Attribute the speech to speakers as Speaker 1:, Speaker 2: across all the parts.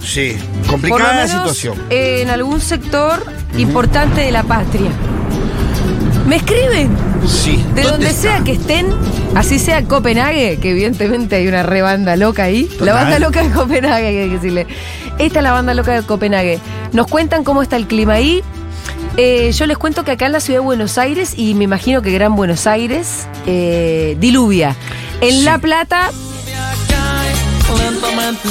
Speaker 1: Sí,
Speaker 2: Por lo
Speaker 1: complicada
Speaker 2: menos,
Speaker 1: situación.
Speaker 2: eh, en algún sector importante de la patria. Me escriben
Speaker 1: Sí.
Speaker 2: de
Speaker 1: ¿Dónde
Speaker 2: donde
Speaker 1: está?
Speaker 2: sea que estén, así sea Copenhague, que evidentemente hay una re banda loca ahí. La
Speaker 1: Total.
Speaker 2: banda loca de Copenhague, hay que decirle. Esta es la banda loca de Copenhague. Nos cuentan cómo está el clima ahí. Eh, yo les cuento que acá en la ciudad de Buenos Aires, y me imagino que Gran Buenos Aires, eh, diluvia. En
Speaker 1: Sí.
Speaker 2: La Plata.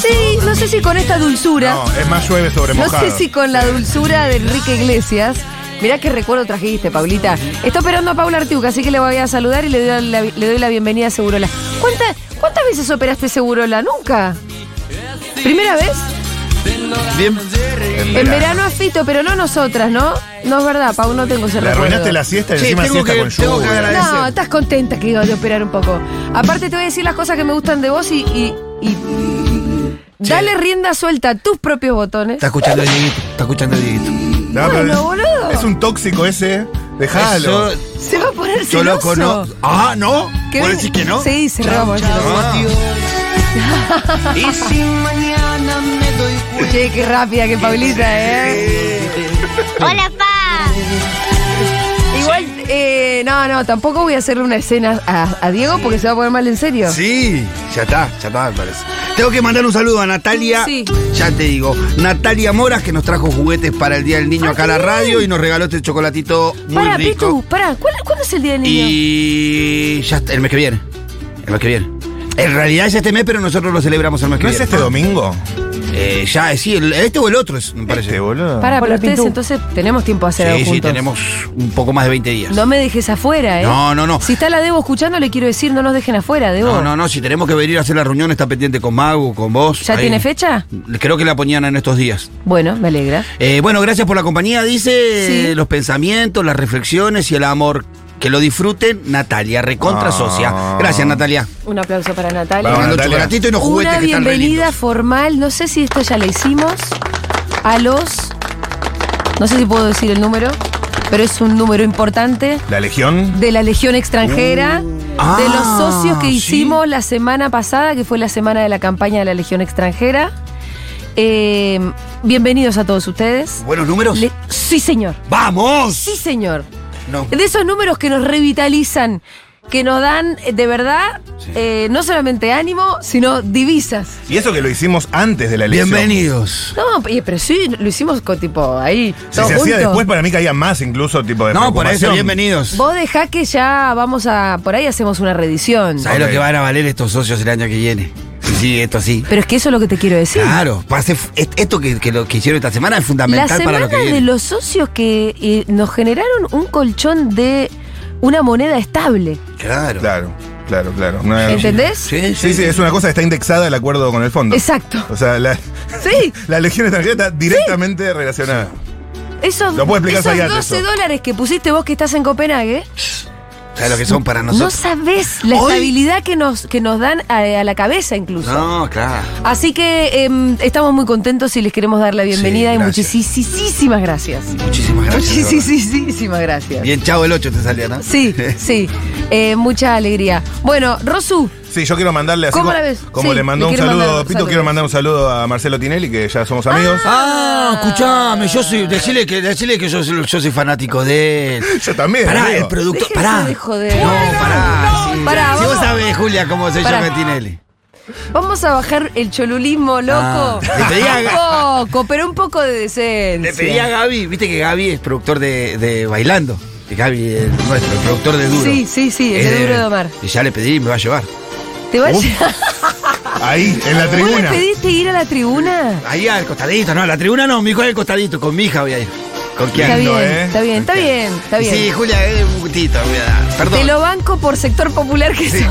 Speaker 2: Sí, no sé si con esta dulzura.
Speaker 3: No, es más llueve sobre
Speaker 2: No
Speaker 3: mojado.
Speaker 2: sé si con la dulzura de Enrique Iglesias. Mirá qué recuerdo trajiste, Paulita. Está operando a Paula Artiuca, así que le voy a saludar y le doy la, le doy la bienvenida a Segurola. ¿Cuánta- ¿Cuántas veces operaste Segurola? Nunca. ¿Primera vez?
Speaker 1: Bien.
Speaker 3: En
Speaker 2: En
Speaker 3: verano.
Speaker 2: verano a Fito, pero no nosotras, ¿no? No es verdad, Pau, no tengo ese
Speaker 3: Le
Speaker 2: recuerdo.
Speaker 3: arruinaste la siesta y
Speaker 1: Sí,
Speaker 3: encima
Speaker 1: tengo
Speaker 3: siesta
Speaker 1: que-
Speaker 3: con
Speaker 1: tengo que
Speaker 3: lluvia.
Speaker 1: agradecer.
Speaker 2: No, estás contenta que iba a operar un poco. Aparte te voy a decir las cosas que me gustan de vos y... y- y- Dale rienda suelta a tus propios botones.
Speaker 1: Está escuchando el Dieguito. Está escuchando el Dieguito.
Speaker 3: No,
Speaker 2: Bueno,
Speaker 3: pero-
Speaker 2: boludo.
Speaker 3: Es un tóxico ese. Dejalo.
Speaker 1: Eso-
Speaker 2: Se va a poner
Speaker 1: Yo
Speaker 2: celoso.
Speaker 1: lo conozco. Ah, ¿no?
Speaker 2: ¿Qué
Speaker 1: ¿Vos
Speaker 2: ven-
Speaker 1: decís que no?
Speaker 2: Sí, se roba por celoso.
Speaker 1: Ah.
Speaker 4: Y si mañana me doy
Speaker 2: Che, qué rápida que Paulita, ¿eh?
Speaker 5: Hola, pa.
Speaker 2: Igual, eh, no, no, tampoco voy a hacerle una escena a, a Diego porque se va a poner mal en serio.
Speaker 1: Sí, ya está, ya está, me parece. Tengo que mandar un saludo a Natalia.
Speaker 2: Sí.
Speaker 1: Ya te digo, Natalia Moras, que nos trajo juguetes para el Día del Niño
Speaker 2: Ah,
Speaker 1: acá a la
Speaker 2: qué
Speaker 1: radio y nos regaló este chocolatito muy
Speaker 2: Para, Pitu,
Speaker 1: rico.
Speaker 2: para, ¿cuál- ¿cuándo es el día del niño?
Speaker 1: Y ya está, el mes que viene. El mes que viene. En realidad es este mes, pero nosotros lo celebramos el mes que
Speaker 3: ¿No es
Speaker 1: viene.
Speaker 3: este domingo?
Speaker 1: Eh, ya, eh, sí, el- este o el otro, es, me parece.
Speaker 3: Este, boludo.
Speaker 2: Para, pero
Speaker 6: Hola,
Speaker 2: ustedes
Speaker 6: Pitu.
Speaker 2: entonces tenemos tiempo de hacer algo
Speaker 1: sí, sí,
Speaker 2: juntos.
Speaker 1: tenemos un poco más de 20 días.
Speaker 2: No me dejes afuera, ¿eh?
Speaker 1: No, no, no.
Speaker 2: Si está la Debo escuchando, le quiero decir, no nos dejen afuera, Debo.
Speaker 1: No, no, no, si tenemos que venir a hacer la reunión está pendiente con Mago, con vos.
Speaker 2: ¿Ya
Speaker 1: ahí.
Speaker 2: tiene fecha?
Speaker 1: Creo que la ponían en estos días.
Speaker 2: Bueno, me alegra.
Speaker 1: Eh, bueno, gracias por la compañía, dice
Speaker 2: Sí.
Speaker 1: los pensamientos, las reflexiones y el amor. Que lo disfruten, Natalia, recontra
Speaker 3: Ah.
Speaker 1: socia. Gracias, Natalia.
Speaker 2: Un aplauso para Natalia.
Speaker 3: Vamos,
Speaker 1: Tomando
Speaker 3: Natalia.
Speaker 1: chocolatito y unos juguetes
Speaker 2: Una
Speaker 1: que están re
Speaker 2: bienvenida
Speaker 1: lindos.
Speaker 2: formal, no sé si esto ya lo hicimos, a los, no sé si puedo decir el número, pero es un número importante
Speaker 3: ¿La legión?
Speaker 2: de la Legión Extranjera,
Speaker 1: Ah,
Speaker 2: de los socios que
Speaker 1: sí.
Speaker 2: hicimos la semana pasada, que fue la semana de la campaña de la Legión Extranjera. Eh, bienvenidos a todos ustedes.
Speaker 1: Buenos números.
Speaker 2: Le- sí, señor.
Speaker 1: ¡Vamos!
Speaker 2: Sí, señor.
Speaker 1: No.
Speaker 2: De esos números que nos revitalizan, que nos dan eh, de verdad eh, no solamente ánimo, sino divisas.
Speaker 3: Y eso que lo hicimos antes de la elección.
Speaker 1: Bienvenidos.
Speaker 2: No, oye, pero sí, lo hicimos con tipo ahí.
Speaker 3: Si
Speaker 2: todos
Speaker 3: se hacía
Speaker 2: juntos.
Speaker 3: después, para mí caía más incluso, tipo de
Speaker 1: No, por eso,
Speaker 3: preocupación.
Speaker 1: bienvenidos.
Speaker 2: Vos dejá que ya vamos a. Por ahí hacemos una reedición.
Speaker 1: ¿Sabés
Speaker 3: Ok.
Speaker 1: lo que van a valer estos socios el año que viene? Sí, sí, esto sí.
Speaker 2: Pero es que eso es lo que te quiero decir.
Speaker 1: Claro, va a ser- est- esto que, que lo que hicieron esta semana es
Speaker 2: La
Speaker 1: fundamental para
Speaker 2: semana
Speaker 1: lo que
Speaker 2: de
Speaker 1: viene.
Speaker 2: los socios que eh, nos generaron un colchón de una moneda estable.
Speaker 1: Claro.
Speaker 3: Claro, claro, claro. No,
Speaker 2: ¿Entendés?
Speaker 1: Sí,
Speaker 3: Sí, sí, es una cosa que está indexada el acuerdo con el fondo.
Speaker 2: Exacto.
Speaker 3: O sea, la,
Speaker 2: Sí,
Speaker 3: la legión extranjera está directamente relacionada.
Speaker 2: esos,
Speaker 3: Lo puedo explicar
Speaker 2: esos
Speaker 3: Zayat,
Speaker 2: 12
Speaker 3: eso.
Speaker 2: dólares que pusiste vos que estás en Copenhague,
Speaker 1: ¿Sabés lo que son para
Speaker 2: no
Speaker 1: nosotros?
Speaker 2: sabés la
Speaker 1: Hoy-
Speaker 2: estabilidad que nos, que nos dan a, a la cabeza incluso.
Speaker 1: No, claro.
Speaker 2: Así que em, estamos muy contentos y les queremos dar la bienvenida
Speaker 1: Sí,
Speaker 2: y
Speaker 1: gracias.
Speaker 2: muchísimas gracias.
Speaker 1: Muchísimas gracias. de verdad.
Speaker 2: Muchísimas gracias.
Speaker 1: Bien, chavo el 8 te salía, ¿no?
Speaker 2: Sí, sí. Eh, mucha alegría. Bueno, Rosu,
Speaker 3: Sí, yo quiero mandarle así
Speaker 2: ¿Cómo
Speaker 3: como,
Speaker 2: la ves?
Speaker 3: como
Speaker 2: Sí,
Speaker 3: le mandó
Speaker 2: le
Speaker 3: un
Speaker 2: quiero
Speaker 3: saludo
Speaker 2: mandar
Speaker 3: a Pito,
Speaker 2: saludos.
Speaker 3: quiero mandar un saludo a Marcelo Tinelli, que ya somos amigos.
Speaker 1: Ah, escuchame, yo soy. Decile que, decile que yo, soy- yo soy fanático de él.
Speaker 3: Yo también,
Speaker 1: Pará,
Speaker 3: amigo.
Speaker 1: el productor.
Speaker 2: Déjense
Speaker 1: Pará.
Speaker 2: de joder.
Speaker 1: No, pará. sí.
Speaker 2: Pará,
Speaker 1: Si vos
Speaker 2: vamos.
Speaker 1: sabés, Julia, cómo se
Speaker 2: Pará.
Speaker 1: llama Tinelli.
Speaker 2: vamos a bajar el cholulismo,
Speaker 1: Ah,
Speaker 2: loco.
Speaker 1: le pedí a-
Speaker 2: un poco, pero un poco de
Speaker 1: Le pedí a
Speaker 2: decencia.
Speaker 1: Gaby, viste que Gaby es productor de, de Bailando. Y Gaby es nuestro, el productor de Duro.
Speaker 2: Sí, sí, sí, el
Speaker 1: Es
Speaker 2: de Duro de Omar.
Speaker 1: Y ya le pedí y me va a llevar.
Speaker 2: ¿Te vas
Speaker 3: Uf,
Speaker 2: Ah.
Speaker 3: Ahí, en la
Speaker 2: ¿Vos le
Speaker 3: tribuna.
Speaker 2: pediste ir a la tribuna?
Speaker 1: Ahí al costadito, no, a la tribuna no, mi hijo al costadito, con mi hija voy a ir. ¿Con quién?
Speaker 2: Está bien,
Speaker 3: Ando, ¿eh?
Speaker 2: está bien, está bien, está bien.
Speaker 1: Sí, Julia, es un gustito, voy a dar. Perdón.
Speaker 2: Te lo banco por sector popular que sos.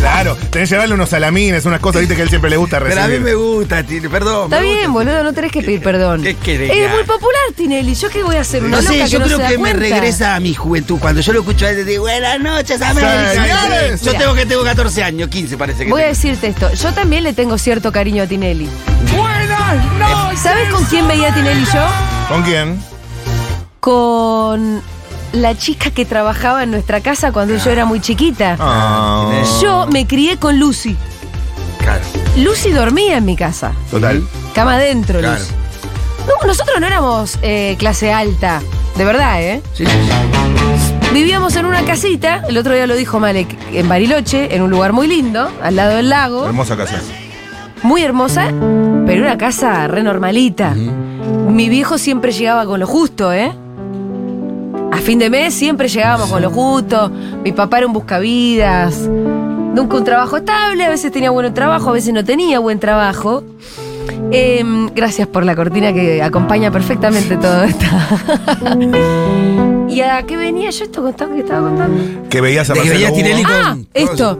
Speaker 3: Claro, tenés que llevarle unos salamines, unas cosas, viste que a él siempre le gusta
Speaker 1: Pero a mí
Speaker 3: recibir.
Speaker 1: me gusta, Tinelli, perdón.
Speaker 2: Está
Speaker 1: me gusta.
Speaker 2: bien, boludo, no tenés que pedir perdón.
Speaker 1: ¿Qué querés que
Speaker 2: Es
Speaker 1: haga?
Speaker 2: muy popular, Tinelli. ¿Yo qué voy a hacer? Una
Speaker 1: No
Speaker 2: loca
Speaker 1: sé, yo
Speaker 2: no
Speaker 1: creo
Speaker 2: se da
Speaker 1: que me
Speaker 2: cuenta?
Speaker 1: regresa a mi juventud. Cuando yo lo escucho a él, digo, buenas noches, América.
Speaker 3: Señores.
Speaker 1: Yo
Speaker 2: Mira. Pues,
Speaker 1: tengo que tengo 14 años, 15 parece que
Speaker 2: Voy a
Speaker 1: tengo.
Speaker 2: decirte esto. Yo también le tengo cierto cariño a Tinelli. ¿Sabes con quién veía a Tinelli yo?
Speaker 3: ¿Con quién?
Speaker 2: Con la chica que trabajaba en nuestra casa cuando yo era muy chiquita.
Speaker 3: Ah,
Speaker 1: Tinelli.
Speaker 2: Yo me crié con Lucy.
Speaker 1: Claro.
Speaker 2: Lucy dormía en mi casa.
Speaker 3: Total.
Speaker 2: Cama adentro,
Speaker 1: Claro.
Speaker 2: Luz. No, nosotros no éramos eh, clase alta. De verdad, ¿eh?
Speaker 1: Sí, sí, sí.
Speaker 2: Vivíamos en una casita, el otro día lo dijo Malek, en Bariloche, en un lugar muy lindo, al lado del lago,
Speaker 3: Hermosa casa.
Speaker 2: muy hermosa, pero una casa re normalita. Mi viejo siempre llegaba con lo justo, ¿eh? A fin de mes siempre llegábamos con lo justo, mi papá era un buscavidas, nunca un trabajo estable, a veces tenía buen trabajo, a veces no tenía buen trabajo. Em, gracias por la cortina que acompaña perfectamente todo esto. ¿Y a qué venía yo esto contando que estaba contando?
Speaker 3: Que veías a
Speaker 1: De que
Speaker 3: Marcelo
Speaker 1: veías Tinelli
Speaker 3: Hugo.
Speaker 2: Ah,
Speaker 1: con-
Speaker 2: esto.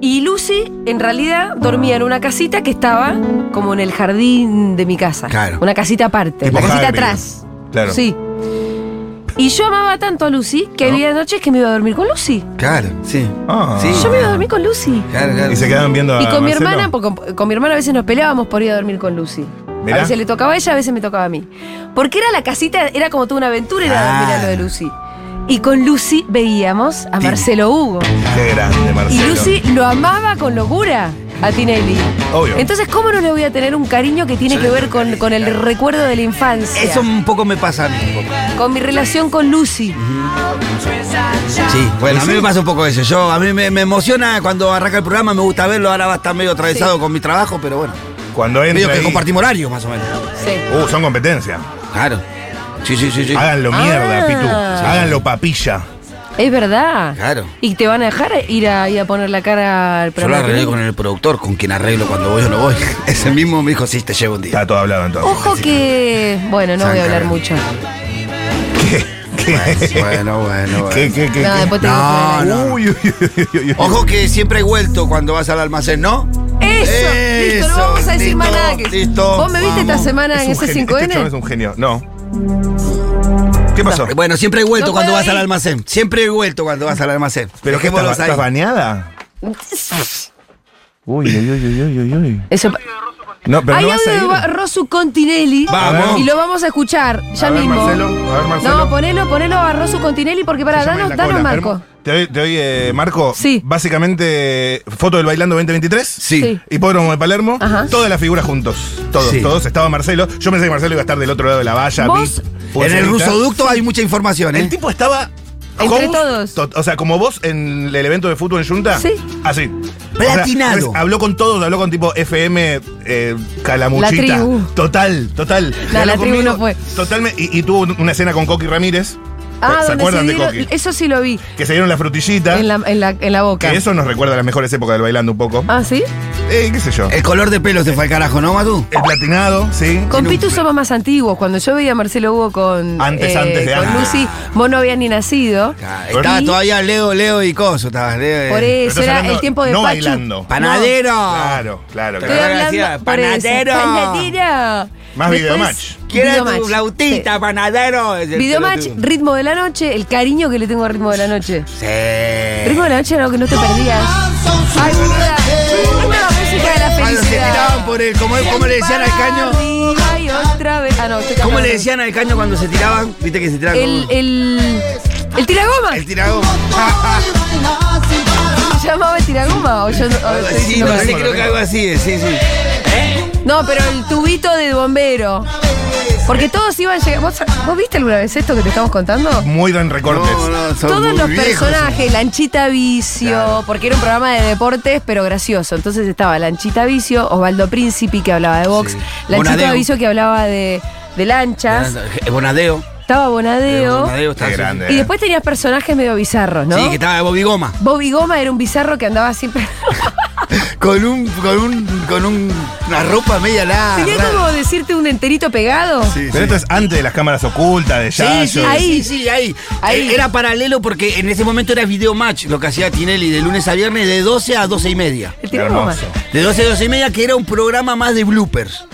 Speaker 2: Y Lucy, en realidad, dormía en una casita que estaba como en el jardín de mi casa.
Speaker 1: Claro.
Speaker 2: Una casita aparte, la
Speaker 3: Tipo
Speaker 2: casita
Speaker 3: Hagrid.
Speaker 2: atrás.
Speaker 3: Claro.
Speaker 2: Sí. Y yo amaba tanto a Lucy que había noches que me iba a dormir con Lucy.
Speaker 1: Claro, sí.
Speaker 3: Ah.
Speaker 1: Sí.
Speaker 2: Yo me iba a dormir con Lucy.
Speaker 1: Claro, claro.
Speaker 3: Y se quedaban viendo a
Speaker 2: Y con mi
Speaker 3: Ah, Marcelo.
Speaker 2: hermana, porque con, con mi hermana a veces nos peleábamos por ir a dormir con Lucy.
Speaker 3: Mirá.
Speaker 2: A veces le tocaba a ella, a veces me tocaba a mí. Porque era la casita, era como toda una aventura, era dormir a lo de Lucy. Y con Lucy veíamos a
Speaker 1: Sí.
Speaker 2: Marcelo Hugo.
Speaker 3: Qué grande,
Speaker 2: Y
Speaker 3: Marcelo.
Speaker 2: Lucy lo amaba con locura a Tinelli.
Speaker 3: Obvio.
Speaker 2: Entonces, ¿cómo no le voy a tener un cariño que tiene que ver con, con el recuerdo de la infancia?
Speaker 1: Eso un poco me pasa a mí. un poco.
Speaker 2: Con mi relación con Lucy.
Speaker 1: Sí, bueno, a mí me pasa un poco eso. Yo, a mí me, me emociona cuando arranca el programa, me gusta verlo. Ahora va a estar medio atravesado con mi trabajo, pero bueno.
Speaker 3: Cuando entra
Speaker 1: Medio que
Speaker 3: ahí-
Speaker 1: compartimos horarios, más o menos.
Speaker 2: Sí.
Speaker 3: Uh, son competencia.
Speaker 1: Claro. Sí, sí, sí, sí.
Speaker 3: Háganlo
Speaker 2: Ah.
Speaker 3: mierda, Pitu. Háganlo papilla.
Speaker 2: Es verdad.
Speaker 1: Claro.
Speaker 2: Y te van a dejar ir a, ir a poner la cara al
Speaker 1: Yo lo
Speaker 2: programa.
Speaker 1: arreglé con el productor, con quien arreglo cuando voy o no voy. Ese mismo me dijo, sí, te llevo un día.
Speaker 3: Está todo hablado entonces.
Speaker 2: Ojo que. Bueno, no voy a
Speaker 1: Zanca.
Speaker 2: hablar mucho.
Speaker 3: ¿Qué? ¿Qué?
Speaker 1: Bueno, bueno, bueno.
Speaker 3: ¿Qué? ¿Qué? ¿Qué? Ah,
Speaker 2: No, después te digo
Speaker 1: No,
Speaker 2: que-
Speaker 1: no.
Speaker 3: Uy, uy, uy, uy, uy.
Speaker 1: Ojo que siempre he vuelto cuando vas al almacén, ¿no?
Speaker 2: Eso, listo, no
Speaker 1: Eso,
Speaker 2: vamos a decir
Speaker 1: listo,
Speaker 2: más nada que.
Speaker 1: listo,
Speaker 2: ¿Vos me viste esta
Speaker 1: vamos.
Speaker 2: semana
Speaker 3: Es
Speaker 2: en
Speaker 3: un
Speaker 2: ese
Speaker 3: genio. Este
Speaker 2: 5N?
Speaker 3: chabón es un genio. No. ¿Qué pasó?
Speaker 1: Bueno, siempre he vuelto
Speaker 2: No
Speaker 1: cuando
Speaker 2: puedo
Speaker 1: vas al
Speaker 2: ir.
Speaker 1: almacén. Siempre he vuelto cuando vas al almacén.
Speaker 3: ¿Pero qué
Speaker 1: Dejémoslos
Speaker 3: estás,
Speaker 1: ahí.
Speaker 3: estás bañada? Uy, uy, uy, uy, uy, uy.
Speaker 2: Eso.
Speaker 3: No, pero
Speaker 2: Hay
Speaker 3: no vas a ir.
Speaker 2: audio de Rosu Continelli.
Speaker 1: Vamos.
Speaker 2: Y lo vamos a escuchar ya
Speaker 3: a ver,
Speaker 2: mismo.
Speaker 3: Marcelo, a ver, Marcelo.
Speaker 2: No, ponelo, ponelo a Rosu Continelli porque para,
Speaker 3: Se llama
Speaker 2: danos,
Speaker 3: en la
Speaker 2: danos
Speaker 3: cola.
Speaker 2: Marco.
Speaker 3: Te doy, te doy, eh, Marco.
Speaker 2: Sí.
Speaker 3: Básicamente, foto del Bailando 2023.
Speaker 1: Sí.
Speaker 2: Sí.
Speaker 3: Hipódromo de Palermo.
Speaker 2: Ajá.
Speaker 3: Todas las figuras juntos. Todos,
Speaker 1: Sí.
Speaker 3: todos. Estaba Marcelo. Yo pensé que Marcelo iba a estar del otro lado de la valla.
Speaker 2: ¿Vos?
Speaker 3: VIP,
Speaker 1: En el
Speaker 3: pulserita.
Speaker 1: rusoducto hay mucha información,
Speaker 3: El
Speaker 1: ¿eh?
Speaker 3: tipo estaba.
Speaker 2: Entre todos.
Speaker 3: to- o sea, como vos en el evento de fútbol en Junta.
Speaker 2: Sí.
Speaker 3: Así.
Speaker 1: Platinado.
Speaker 3: O sea, pues, habló con todos, habló con tipo FM eh, Calamuchita.
Speaker 2: La tribu.
Speaker 3: Total, total.
Speaker 2: No,
Speaker 3: Habló
Speaker 2: la tribu no fue.
Speaker 3: Totalmente. Y, y tuvo un- una escena con Coqui Ramírez.
Speaker 2: Ah, donde
Speaker 3: ¿Se
Speaker 2: se
Speaker 3: acuerdan de
Speaker 2: dieron,
Speaker 3: Coqui?
Speaker 2: eso sí lo vi.
Speaker 3: Que se dieron la frutillita.
Speaker 2: En la, en la, en la boca.
Speaker 3: Que eso nos recuerda a las mejores épocas del bailando un poco.
Speaker 2: Ah, ¿sí?
Speaker 3: Eh, qué sé yo.
Speaker 1: El color de pelo se fue al carajo, ¿no, Matu?
Speaker 3: El platinado, sí.
Speaker 2: Con
Speaker 1: Tiene un-
Speaker 2: Pitu somos más antiguos. Cuando yo veía a Marcelo Hugo con, eh,
Speaker 3: Antes, antes de
Speaker 2: con
Speaker 3: antes.
Speaker 2: Lucy, vos no habías ni nacido.
Speaker 1: Ah, Estaba
Speaker 2: Y
Speaker 1: todavía Leo, Leo y Coso. Estaba Leo.
Speaker 2: Por
Speaker 1: eh.
Speaker 3: Pero
Speaker 2: eso
Speaker 3: estás
Speaker 2: era
Speaker 3: hablando
Speaker 2: el tiempo de
Speaker 3: No
Speaker 2: Pachu.
Speaker 3: bailando.
Speaker 1: ¡Panadero!
Speaker 3: Claro, claro,
Speaker 1: Te
Speaker 2: Estoy
Speaker 1: Pero
Speaker 3: claro.
Speaker 1: ahora decía,
Speaker 2: hablando por eso.
Speaker 1: "Panadero".
Speaker 2: ¡Panadero!
Speaker 3: Más
Speaker 2: Después,
Speaker 3: videomatch.
Speaker 1: ¿Quieres
Speaker 2: videomatch,
Speaker 1: tu flautita, panadero? Es
Speaker 2: sí.
Speaker 1: el
Speaker 2: Videomatch,
Speaker 1: pelotudo.
Speaker 2: ritmo de la noche, el cariño que le tengo a ritmo de la noche.
Speaker 1: Sí.
Speaker 2: Ritmo de la noche era algo que no te perdías. Ay, puta. Esta es la música de la
Speaker 1: Cuando se tiraban
Speaker 2: felicidad.
Speaker 1: Ah, por el. ¿Cómo, cómo le decían al caño?
Speaker 2: Arriba y otra vez. Ah, no, estoy
Speaker 1: ¿Cómo
Speaker 2: cantando.
Speaker 1: le decían al caño cuando se tiraban? ¿Viste que se tiraban?
Speaker 2: El,
Speaker 1: como-
Speaker 2: el, el tiragoma.
Speaker 1: el tiragoma.
Speaker 2: ¿Se llamaba el tiragoma? O yo, no- o
Speaker 1: Algo
Speaker 2: estoy
Speaker 1: así,
Speaker 2: diciendo
Speaker 1: no
Speaker 2: mal.
Speaker 1: sé, creo que algo así es, sí, sí.
Speaker 2: No, pero el tubito de bombero. Porque todos iban llegando. ¿Vos, vos viste alguna vez esto que te estamos contando?
Speaker 3: Muy dan recortes.
Speaker 1: no, son
Speaker 2: Todos
Speaker 1: muy
Speaker 2: los
Speaker 1: viejos.
Speaker 2: personajes, Lanchita Vicio, porque era un programa de deportes, pero gracioso. Entonces estaba Lanchita Vicio, Osvaldo Príncipe, que hablaba de box,
Speaker 1: Sí.
Speaker 2: Lanchita
Speaker 1: Bonadeo.
Speaker 2: Vicio, que hablaba de, de lanchas,
Speaker 1: Eh, Bonadeo. Eh,
Speaker 2: estaba Bonadeo,
Speaker 1: Bonadeo está
Speaker 3: Qué
Speaker 1: sí, sí.
Speaker 3: grande.
Speaker 2: y después tenías personajes medio bizarros, ¿no?
Speaker 1: Sí, que estaba Bobby Goma.
Speaker 2: Bobby Goma era un bizarro que andaba siempre.
Speaker 1: Con un, con un, con un- una ropa media larga.
Speaker 2: Tenía como decirte un enterito pegado.
Speaker 1: Sí,
Speaker 3: Pero esto es antes de las cámaras ocultas, de
Speaker 1: Sí,
Speaker 3: Yayo.
Speaker 1: sí,
Speaker 2: Ahí.
Speaker 1: sí, sí, ahí.
Speaker 2: Ahí.
Speaker 1: Eh, Era paralelo porque en ese momento era videomatch lo que hacía Tinelli de lunes a viernes de 12 a 12 y media.
Speaker 2: El
Speaker 3: Qué
Speaker 2: tipo Goma.
Speaker 3: hermoso.
Speaker 1: De 12 a 12 y media que era un programa más de bloopers.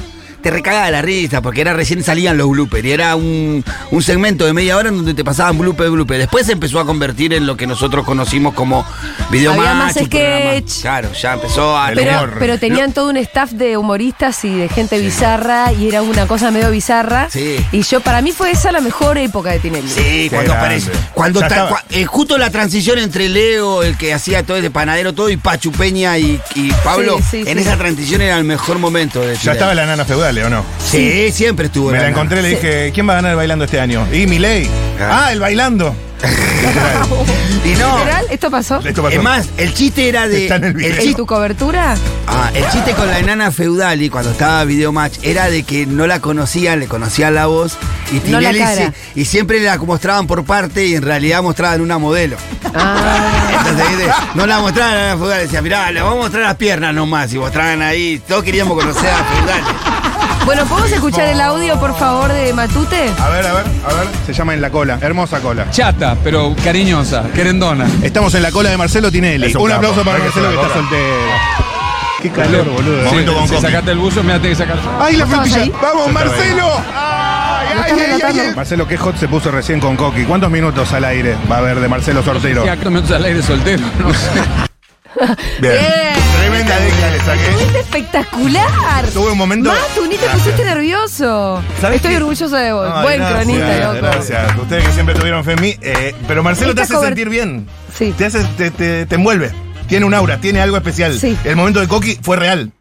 Speaker 1: Te recagaba la risa porque era recién salían los bloopers y era un, un segmento de media hora en donde te pasaban blooper, blooper. Después se empezó a convertir en lo que nosotros conocimos como videomatch.
Speaker 2: Había más
Speaker 1: un programa-
Speaker 2: sketch.
Speaker 1: Claro, ya empezó a...
Speaker 3: El
Speaker 2: Pero,
Speaker 3: humor.
Speaker 2: pero tenían todo un staff de humoristas y de gente bizarra y era una cosa medio bizarra.
Speaker 1: Sí.
Speaker 2: Y yo, para mí fue esa la mejor época de Tinelli.
Speaker 1: Sí,
Speaker 3: Qué
Speaker 1: cuando
Speaker 3: grande.
Speaker 1: aparece. Cuando
Speaker 3: Ya
Speaker 1: ta-
Speaker 3: estaba.
Speaker 1: cua- eh, justo la transición entre Leo, el que hacía todo ese panadero, todo, y Pachu Peña y, y Pablo,
Speaker 2: Sí, sí,
Speaker 1: en
Speaker 2: sí.
Speaker 1: esa transición era el mejor momento de
Speaker 3: Ya estaba la nana feudal. Dale, ¿o no?
Speaker 1: Sí, siempre estuvo.
Speaker 3: Me la
Speaker 1: Lana.
Speaker 3: encontré y le dije, ¿quién va a ganar el bailando este año? Y Milei.
Speaker 1: Ah.
Speaker 3: Ah, el bailando. Literal.
Speaker 1: Y no.
Speaker 2: ¿Literal? ¿Esto pasó?
Speaker 3: Esto pasó.
Speaker 1: Es más, el chiste era de.
Speaker 3: Está en el video.
Speaker 2: ¿En
Speaker 1: chiste,
Speaker 2: tu cobertura?
Speaker 1: ah, el chiste con la enana feudal y cuando estaba Videomatch era de que no la conocían, le conocían la voz y
Speaker 2: No la
Speaker 1: Tinelli
Speaker 2: cara.
Speaker 1: se- y siempre la mostraban por parte y en realidad mostraban una modelo.
Speaker 2: Ah,
Speaker 1: Entonces, ¿viste? no la mostraban a la feudal, decía, mirá, le vamos a mostrar las piernas nomás y mostraban ahí. Todos queríamos conocer a la feudal.
Speaker 2: bueno, ¿podemos escuchar el audio, por favor, de Matute?
Speaker 3: A ver, a ver, a ver. Se llama En la cola. Hermosa cola.
Speaker 6: Chata, pero cariñosa, querendona.
Speaker 3: Estamos en la cola de Marcelo Tinelli.
Speaker 7: Es un
Speaker 3: Un
Speaker 7: capo.
Speaker 3: aplauso para
Speaker 7: No es que
Speaker 3: Marcelo que
Speaker 7: sea
Speaker 3: está
Speaker 7: la
Speaker 3: soltero. Qué calor, boludo. eh.
Speaker 6: Sí,
Speaker 7: Momento con
Speaker 6: si
Speaker 7: Coqui.
Speaker 6: sacaste el buzo, me la tenés que sacar.
Speaker 3: ¡Ay, la
Speaker 2: ¿Estabas
Speaker 3: frutilla!
Speaker 2: ahí?
Speaker 3: ¡Vamos,
Speaker 7: Yo estaba
Speaker 3: Marcelo!
Speaker 2: ¿Lo
Speaker 3: ¡Ay, ay,
Speaker 2: estás
Speaker 3: ay, ay,
Speaker 2: relatando?
Speaker 3: ay! Marcelo, qué hot se puso recién con Coqui. ¿Cuántos minutos al aire va a haber de Marcelo Sortero?
Speaker 6: Ya, que minutos al aire soltero, no sé.
Speaker 3: Bien.
Speaker 2: Bien.
Speaker 3: Tremenda década le saqué.
Speaker 2: ¡Fuiste espectacular!
Speaker 3: Tuve un momento-
Speaker 2: Matu, ni te pusiste nervioso.
Speaker 3: ¿Sabés
Speaker 2: Estoy
Speaker 3: qué?
Speaker 2: orgulloso de vos.
Speaker 3: Ay,
Speaker 2: Buen
Speaker 3: gracias,
Speaker 2: cronista, loco.
Speaker 3: Gracias. Ustedes que siempre tuvieron fe en mí. eh, pero Marcelo te
Speaker 2: Esta
Speaker 3: hace
Speaker 2: cober-
Speaker 3: sentir bien.
Speaker 2: Sí.
Speaker 3: Te, hace, te, te- te envuelve. Tiene un aura, tiene algo especial.
Speaker 2: Sí.
Speaker 3: El momento de Coqui fue real.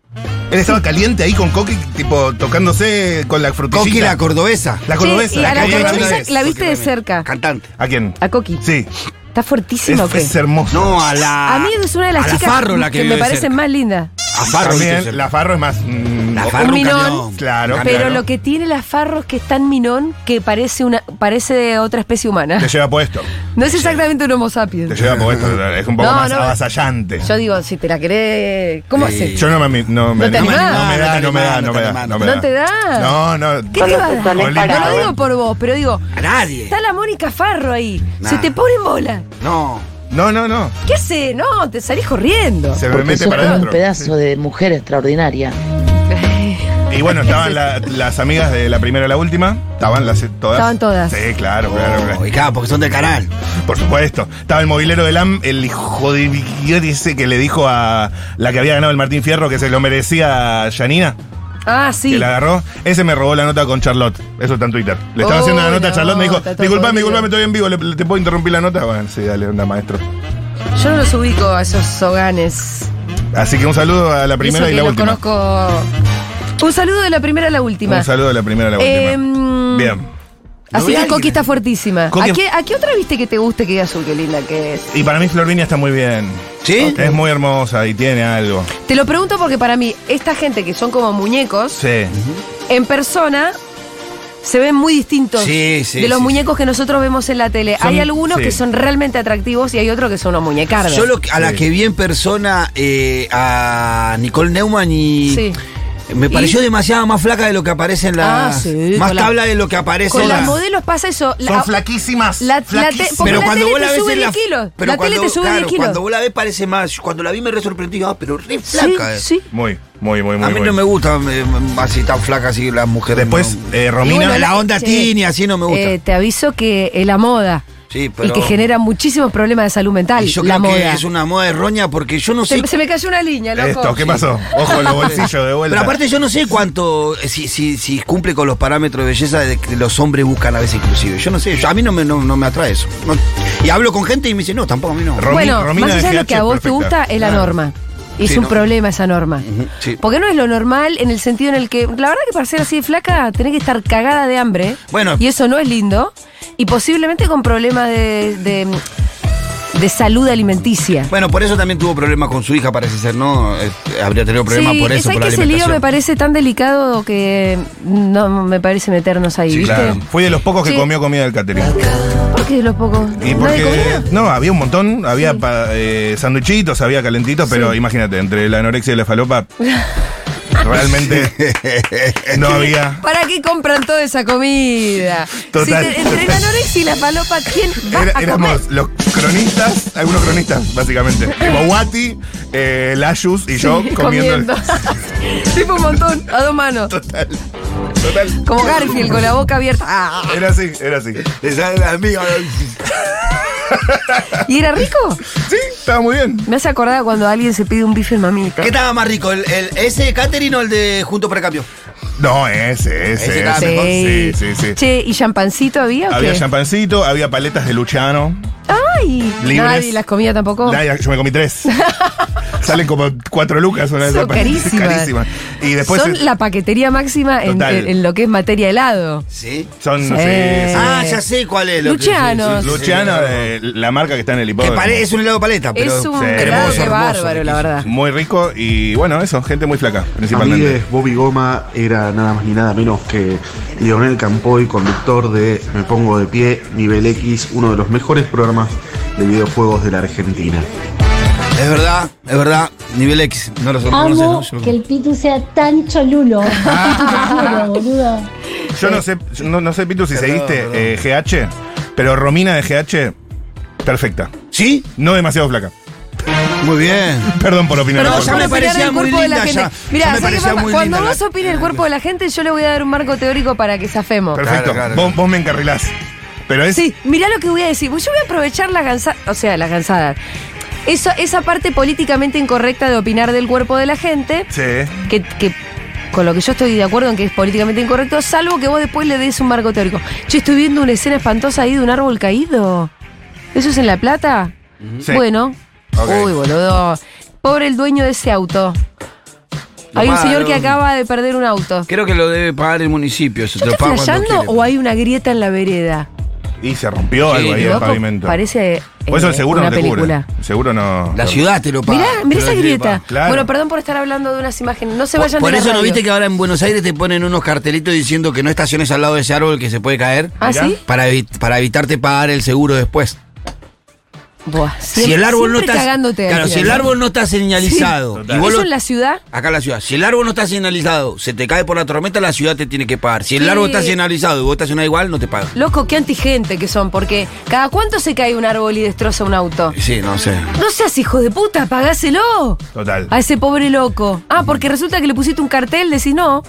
Speaker 3: Él estaba caliente ahí con Coqui, tipo tocándose con la frutillita.
Speaker 1: Coqui la cordobesa.
Speaker 3: La
Speaker 2: Che,
Speaker 3: cordobesa.
Speaker 2: y a la
Speaker 3: que había hecho una
Speaker 2: cordobesa
Speaker 3: vez.
Speaker 2: la viste de cerca.
Speaker 1: Cantante.
Speaker 3: ¿A quién?
Speaker 2: A Coqui.
Speaker 3: Sí.
Speaker 2: Está
Speaker 3: Es,
Speaker 2: fuertísima, ¿o qué?
Speaker 3: es hermoso.
Speaker 1: No, a la.
Speaker 2: A mí es una de
Speaker 1: a
Speaker 2: las
Speaker 1: la
Speaker 2: chicas
Speaker 1: Farro la que,
Speaker 2: que,
Speaker 1: vive
Speaker 2: me
Speaker 1: de
Speaker 2: parecen
Speaker 1: cerca.
Speaker 2: más lindas.
Speaker 1: A Farro viste de
Speaker 3: También,
Speaker 1: cerca.
Speaker 3: la Farro es más. mm,
Speaker 1: La
Speaker 3: o-
Speaker 1: Farro un
Speaker 2: Minón.
Speaker 1: camión.
Speaker 3: Claro.
Speaker 1: Un
Speaker 2: Pero
Speaker 1: camión.
Speaker 2: lo que tiene las farros que es tan minón que parece una parece de otra especie humana.
Speaker 3: Te lleva puesto.
Speaker 2: No es exactamente un homo
Speaker 3: Te
Speaker 2: sapiens.
Speaker 3: lleva puesto. Es un poco
Speaker 2: No,
Speaker 3: más
Speaker 2: no.
Speaker 3: avasallante.
Speaker 2: Yo digo, si te la querés, ¿cómo
Speaker 1: Sí.
Speaker 2: haces?
Speaker 3: Yo no me, no me,
Speaker 2: ¿No te
Speaker 3: no me-
Speaker 2: animás?
Speaker 3: no me da, no me da, no me da, no me da.
Speaker 2: ¿No te da?
Speaker 3: No, no.
Speaker 2: ¿Qué te va a dar?
Speaker 3: Olí-
Speaker 2: No lo digo por vos, pero digo,
Speaker 1: A nadie.
Speaker 2: está la Mónica Farro ahí.
Speaker 1: Nah.
Speaker 2: Se te pone en bola.
Speaker 1: No.
Speaker 3: No, no, no.
Speaker 2: ¿Qué hace? No, te salís corriendo.
Speaker 3: Se me
Speaker 8: Porque
Speaker 3: mete
Speaker 8: sos
Speaker 3: para
Speaker 8: como un
Speaker 3: adentro.
Speaker 8: pedazo de mujer extraordinaria.
Speaker 3: Y bueno, estaban la- las amigas de la primera a la última. Estaban las eh, todas.
Speaker 2: Estaban todas.
Speaker 3: Sí, claro, claro, claro.
Speaker 1: Oh, y claro, porque son del canal.
Speaker 3: Por supuesto. Estaba el movilero del AM, el hijo de ese que le dijo a la que había ganado el Martín Fierro que se lo merecía Janina,
Speaker 2: Ah, sí.
Speaker 3: que la agarró. Ese me robó la nota con Charlotte. Eso está en Twitter. Le estaba
Speaker 2: Oh,
Speaker 3: haciendo la nota a
Speaker 2: no,
Speaker 3: Charlotte, me dijo,
Speaker 2: está todo
Speaker 3: disculpame,
Speaker 2: podrido".
Speaker 3: disculpame, estoy en vivo, ¿le- le- ¿te puedo interrumpir la nota? Bueno, sí, dale, onda, maestro.
Speaker 2: Yo no los ubico a esos hoganes.
Speaker 3: Así que un saludo a la primera
Speaker 2: Eso
Speaker 3: y
Speaker 2: que
Speaker 3: la
Speaker 2: los
Speaker 3: última.
Speaker 2: conozco. Un saludo de la primera a la última.
Speaker 3: Un saludo a la primera y la última.
Speaker 2: Em,
Speaker 3: Bien.
Speaker 1: No
Speaker 2: Así
Speaker 1: vi a
Speaker 2: que
Speaker 1: alguien.
Speaker 2: Coqui está fuertísima.
Speaker 3: Coqui-
Speaker 2: ¿A, qué, a qué otra viste que te guste que digas, uy, qué linda que es?
Speaker 3: Y para mí Florvinia está muy bien.
Speaker 1: ¿Sí?
Speaker 3: Es muy hermosa y tiene algo.
Speaker 2: Te lo pregunto porque para mí, esta gente que son como muñecos,
Speaker 3: Sí.
Speaker 2: en persona se ven muy distintos
Speaker 1: Sí, sí,
Speaker 2: de los
Speaker 1: sí,
Speaker 2: muñecos que nosotros vemos en la tele.
Speaker 3: Son-
Speaker 2: hay algunos
Speaker 3: sí.
Speaker 2: que son realmente atractivos y hay otros que son unos muñecardos.
Speaker 1: Yo lo que- a la
Speaker 3: Sí.
Speaker 1: que vi en persona eh, a Nicole Neumann y.
Speaker 2: Sí.
Speaker 1: Me
Speaker 2: Y-
Speaker 1: pareció demasiado más flaca de lo que aparece en la.
Speaker 2: Ah, sí,
Speaker 1: más
Speaker 2: con la-
Speaker 1: tabla de lo que aparece
Speaker 2: Con
Speaker 1: en
Speaker 2: las
Speaker 1: la-
Speaker 2: modelos pasa eso.
Speaker 3: Son
Speaker 2: la-
Speaker 3: flaquísimas.
Speaker 2: la te-
Speaker 3: flaquísimas.
Speaker 2: porque
Speaker 1: Pero
Speaker 2: la
Speaker 1: cuando
Speaker 2: tele
Speaker 1: vos
Speaker 2: te
Speaker 1: la ves
Speaker 2: sube
Speaker 1: en
Speaker 2: 10
Speaker 1: la.
Speaker 2: kilos.
Speaker 1: Pero
Speaker 2: La tele
Speaker 1: cuando-
Speaker 2: te sube 10
Speaker 1: claro,
Speaker 2: kilos.
Speaker 1: Cuando vos la ves parece más. Cuando la vi me resorprendí. Ah, pero re
Speaker 2: sí,
Speaker 1: flaca. eh.
Speaker 2: sí.
Speaker 3: Muy, muy, muy, muy.
Speaker 1: a mí
Speaker 3: muy.
Speaker 1: no me gusta eh, así tan flaca así las mujeres.
Speaker 3: Después,
Speaker 1: no.
Speaker 3: eh, Romina.
Speaker 2: Y bueno,
Speaker 1: la onda
Speaker 2: che,
Speaker 1: tini, así no me gusta.
Speaker 2: eh, te aviso que es la moda.
Speaker 1: Sí,
Speaker 2: Y
Speaker 1: pero-
Speaker 2: que genera muchísimos problemas de salud mental.
Speaker 1: Y yo
Speaker 2: la
Speaker 1: creo que
Speaker 2: moda.
Speaker 1: es una moda errónea porque yo no sé.
Speaker 2: se, se me cayó una línea, loco.
Speaker 3: Esto, ¿qué
Speaker 2: Sí.
Speaker 3: pasó? Ojo, los bolsillos de vuelta.
Speaker 1: Pero aparte yo no sé cuánto, eh, si, si, si cumple con los parámetros de belleza de que los hombres buscan a veces inclusive. Yo no sé, yo- a mí no me, no, no me atrae eso. No- y hablo con gente y me dice, no, tampoco a mí no.
Speaker 3: Ro- Romi-
Speaker 2: bueno,
Speaker 3: Romina
Speaker 2: más allá de lo
Speaker 3: GH
Speaker 2: que a vos te
Speaker 3: perfecta.
Speaker 2: gusta, es la
Speaker 1: Claro.
Speaker 2: norma. Y es
Speaker 1: Sí,
Speaker 2: un
Speaker 1: ¿no?
Speaker 2: problema esa norma.
Speaker 1: Ujú, sí.
Speaker 2: Porque no es lo normal en el sentido en el que, la verdad que para ser así de flaca tenés que estar cagada de hambre.
Speaker 1: Bueno.
Speaker 2: Y eso no es lindo. Y posiblemente con problemas de, de, de salud alimenticia.
Speaker 1: Bueno, por eso también tuvo problemas con su hija, parece ser, ¿no? Eh, habría tenido problemas por eso,
Speaker 2: ¿sabés
Speaker 1: por la
Speaker 2: que ese lío
Speaker 1: alimentación.
Speaker 2: me parece tan delicado que no me parece meternos ahí,
Speaker 1: Sí,
Speaker 2: ¿viste?
Speaker 3: Claro. Fui de los pocos que
Speaker 2: Sí.
Speaker 3: comió comida del catering.
Speaker 2: ¿Por qué de los pocos?
Speaker 3: Y
Speaker 2: ¿No hay
Speaker 3: porque.
Speaker 2: comida?
Speaker 3: No, había un montón. Había
Speaker 2: Sí.
Speaker 3: pa- eh, sanduichitos, había calentitos, pero imagínate, entre la anorexia y la falopa. Realmente no había.
Speaker 2: ¿Para qué compran toda esa comida?
Speaker 3: Total.
Speaker 2: Si te- entre la anorexia y la palopa, ¿quién va
Speaker 3: Era-
Speaker 2: a comer?
Speaker 3: éramos los cronistas, algunos cronistas, básicamente. Tipo Wati, eh, Layus y yo
Speaker 2: Sí,
Speaker 3: comiendo. el-
Speaker 2: tipo un montón, a dos manos.
Speaker 3: Total. Total.
Speaker 2: Como Garfield, con la boca abierta. Ah.
Speaker 3: Era así, era así.
Speaker 1: Esa es la amiga.
Speaker 2: ¿Y era rico?
Speaker 3: Sí, estaba muy bien.
Speaker 2: Me hace acordar cuando alguien se pide un bife en mamita.
Speaker 1: ¿Qué estaba más rico, el, el- ese de catering o el de Juntos para el Cambio?
Speaker 3: No, ese,
Speaker 1: Ese
Speaker 3: ese, ese.
Speaker 1: estaba mejor.
Speaker 3: Sí, sí, sí.
Speaker 2: Che, ¿y champancito había o
Speaker 3: Había
Speaker 2: qué?
Speaker 3: champancito, había paletas de Luchano.
Speaker 2: ¡Ay!
Speaker 3: Libres.
Speaker 2: Nadie las comía tampoco.
Speaker 3: Ay, Yo me comí tres. Salen como cuatro lucas una de esas
Speaker 2: Son carísimas.
Speaker 3: Carísimas. Y después
Speaker 2: Son
Speaker 3: es-
Speaker 2: la paquetería máxima en,
Speaker 3: Total.
Speaker 2: en- en lo que es materia helado.
Speaker 1: ¿Sí?
Speaker 3: son
Speaker 2: Sí.
Speaker 3: no sé,
Speaker 2: Eh,
Speaker 1: Ah, ya sé cuál es. lo que-
Speaker 2: Lucianos.
Speaker 1: sí, sí, sí,
Speaker 3: Luciano,
Speaker 1: sí.
Speaker 3: de la marca que está en el
Speaker 1: Que
Speaker 3: hipódromo.
Speaker 1: pare- es un helado paleta, pero
Speaker 2: es un
Speaker 3: sí.
Speaker 2: helado
Speaker 3: Hermoso,
Speaker 2: que
Speaker 1: hermoso,
Speaker 2: bárbaro, la
Speaker 1: riquísimo.
Speaker 2: verdad.
Speaker 3: Muy rico y bueno, eso, gente muy flaca, principalmente.
Speaker 7: Amigues, Bobby Goma era nada más ni nada menos que Lionel Campoy, conductor de Me Pongo de Pie, Nivel X, uno de los mejores programas de videojuegos de la Argentina.
Speaker 1: Es verdad, es verdad. Nivel X. No lo conoces, ¿no?
Speaker 9: Amo
Speaker 1: Yo-
Speaker 9: que el Pitu sea tan cholulo. Te juro, boludo.
Speaker 3: Yo no sé, no, no sé, Pitu, si
Speaker 1: Perdón,
Speaker 3: seguiste
Speaker 1: perdón.
Speaker 3: eh, GH, pero Romina de GH, perfecta.
Speaker 1: ¿Sí?
Speaker 3: No demasiado flaca.
Speaker 1: Muy bien.
Speaker 3: Perdón por opinar.
Speaker 1: Perdón,
Speaker 3: por
Speaker 1: ya
Speaker 3: favor.
Speaker 1: me
Speaker 2: Opinar del
Speaker 1: parecía muy
Speaker 2: cuerpo de la
Speaker 1: linda
Speaker 2: gente.
Speaker 1: ya.
Speaker 2: Mirá,
Speaker 1: Ya
Speaker 2: ¿sabés
Speaker 1: me
Speaker 2: qué
Speaker 1: parecía
Speaker 2: pasa?
Speaker 1: muy
Speaker 2: cuando
Speaker 1: linda
Speaker 2: vos
Speaker 1: la-
Speaker 2: opines el cuerpo de la gente, yo le voy a dar un marco teórico para que zafemos.
Speaker 3: Perfecto,
Speaker 1: Claro, claro,
Speaker 3: Vos,
Speaker 1: claro.
Speaker 3: vos me encarrilás. Pero es.
Speaker 2: Sí, mirá lo que voy a decir. Pues yo voy a aprovechar las gansadas, o sea, las gansadas. Eso, esa parte políticamente incorrecta de opinar del cuerpo de la gente,
Speaker 3: Sí.
Speaker 2: que, que con lo que yo estoy de acuerdo en que es políticamente incorrecto, salvo que vos después le des un marco teórico. Yo estoy viendo una escena espantosa ahí de un árbol caído. ¿Eso es en La Plata?
Speaker 3: Sí.
Speaker 2: Bueno.
Speaker 3: Ok.
Speaker 2: Uy, boludo. Pobre el dueño de ese auto.
Speaker 1: Lo
Speaker 2: hay un
Speaker 1: malo.
Speaker 2: señor que acaba de perder un auto.
Speaker 1: Creo que lo debe pagar el municipio. Eso te lo
Speaker 2: ¿Está
Speaker 1: paga cuando
Speaker 2: flasheando
Speaker 1: quiere.
Speaker 2: o hay una grieta en la vereda?
Speaker 3: Y se rompió
Speaker 1: Sí,
Speaker 3: algo ahí el
Speaker 2: Loco,
Speaker 3: pavimento.
Speaker 2: Parece eh,
Speaker 3: Por eso el seguro
Speaker 2: una
Speaker 3: no te
Speaker 2: película.
Speaker 3: cubre. El seguro no.
Speaker 1: La ciudad te lo paga.
Speaker 2: Mirá, mirá
Speaker 1: Te lo
Speaker 2: esa
Speaker 1: tiene
Speaker 2: grieta.
Speaker 1: pago.
Speaker 3: Claro.
Speaker 2: Bueno, perdón por estar hablando de unas imágenes. No se
Speaker 1: Por-
Speaker 2: vayan
Speaker 1: Por
Speaker 2: de la
Speaker 1: eso no
Speaker 2: radio.
Speaker 1: viste que ahora en Buenos Aires te ponen unos cartelitos diciendo que no estaciones al lado de ese árbol que se puede caer.
Speaker 2: ¿Ah,
Speaker 3: Mirá.
Speaker 2: sí?
Speaker 1: Para, evi- para evitarte pagar el seguro después.
Speaker 2: Buah,
Speaker 1: si
Speaker 2: siempre-
Speaker 1: el árbol no
Speaker 2: siempre
Speaker 1: está.
Speaker 2: cagándote.
Speaker 1: claro, si el árbol no está señalizado.
Speaker 3: Sí.
Speaker 1: y vos
Speaker 2: Eso
Speaker 1: lo-
Speaker 2: en la ciudad.
Speaker 1: Acá en la ciudad. Si el árbol no está señalizado, se te cae por la tormenta, la ciudad te tiene que pagar. Si el
Speaker 2: Sí.
Speaker 1: árbol está señalizado y vos estacionás igual, no te pagan.
Speaker 2: Loco, qué antigente que son, porque cada cuánto se cae un árbol y destroza un auto.
Speaker 1: Sí, no sé.
Speaker 2: No seas hijo de puta, pagáselo.
Speaker 3: Total.
Speaker 2: A ese pobre loco. Ah, porque resulta que le pusiste un cartel, decís no.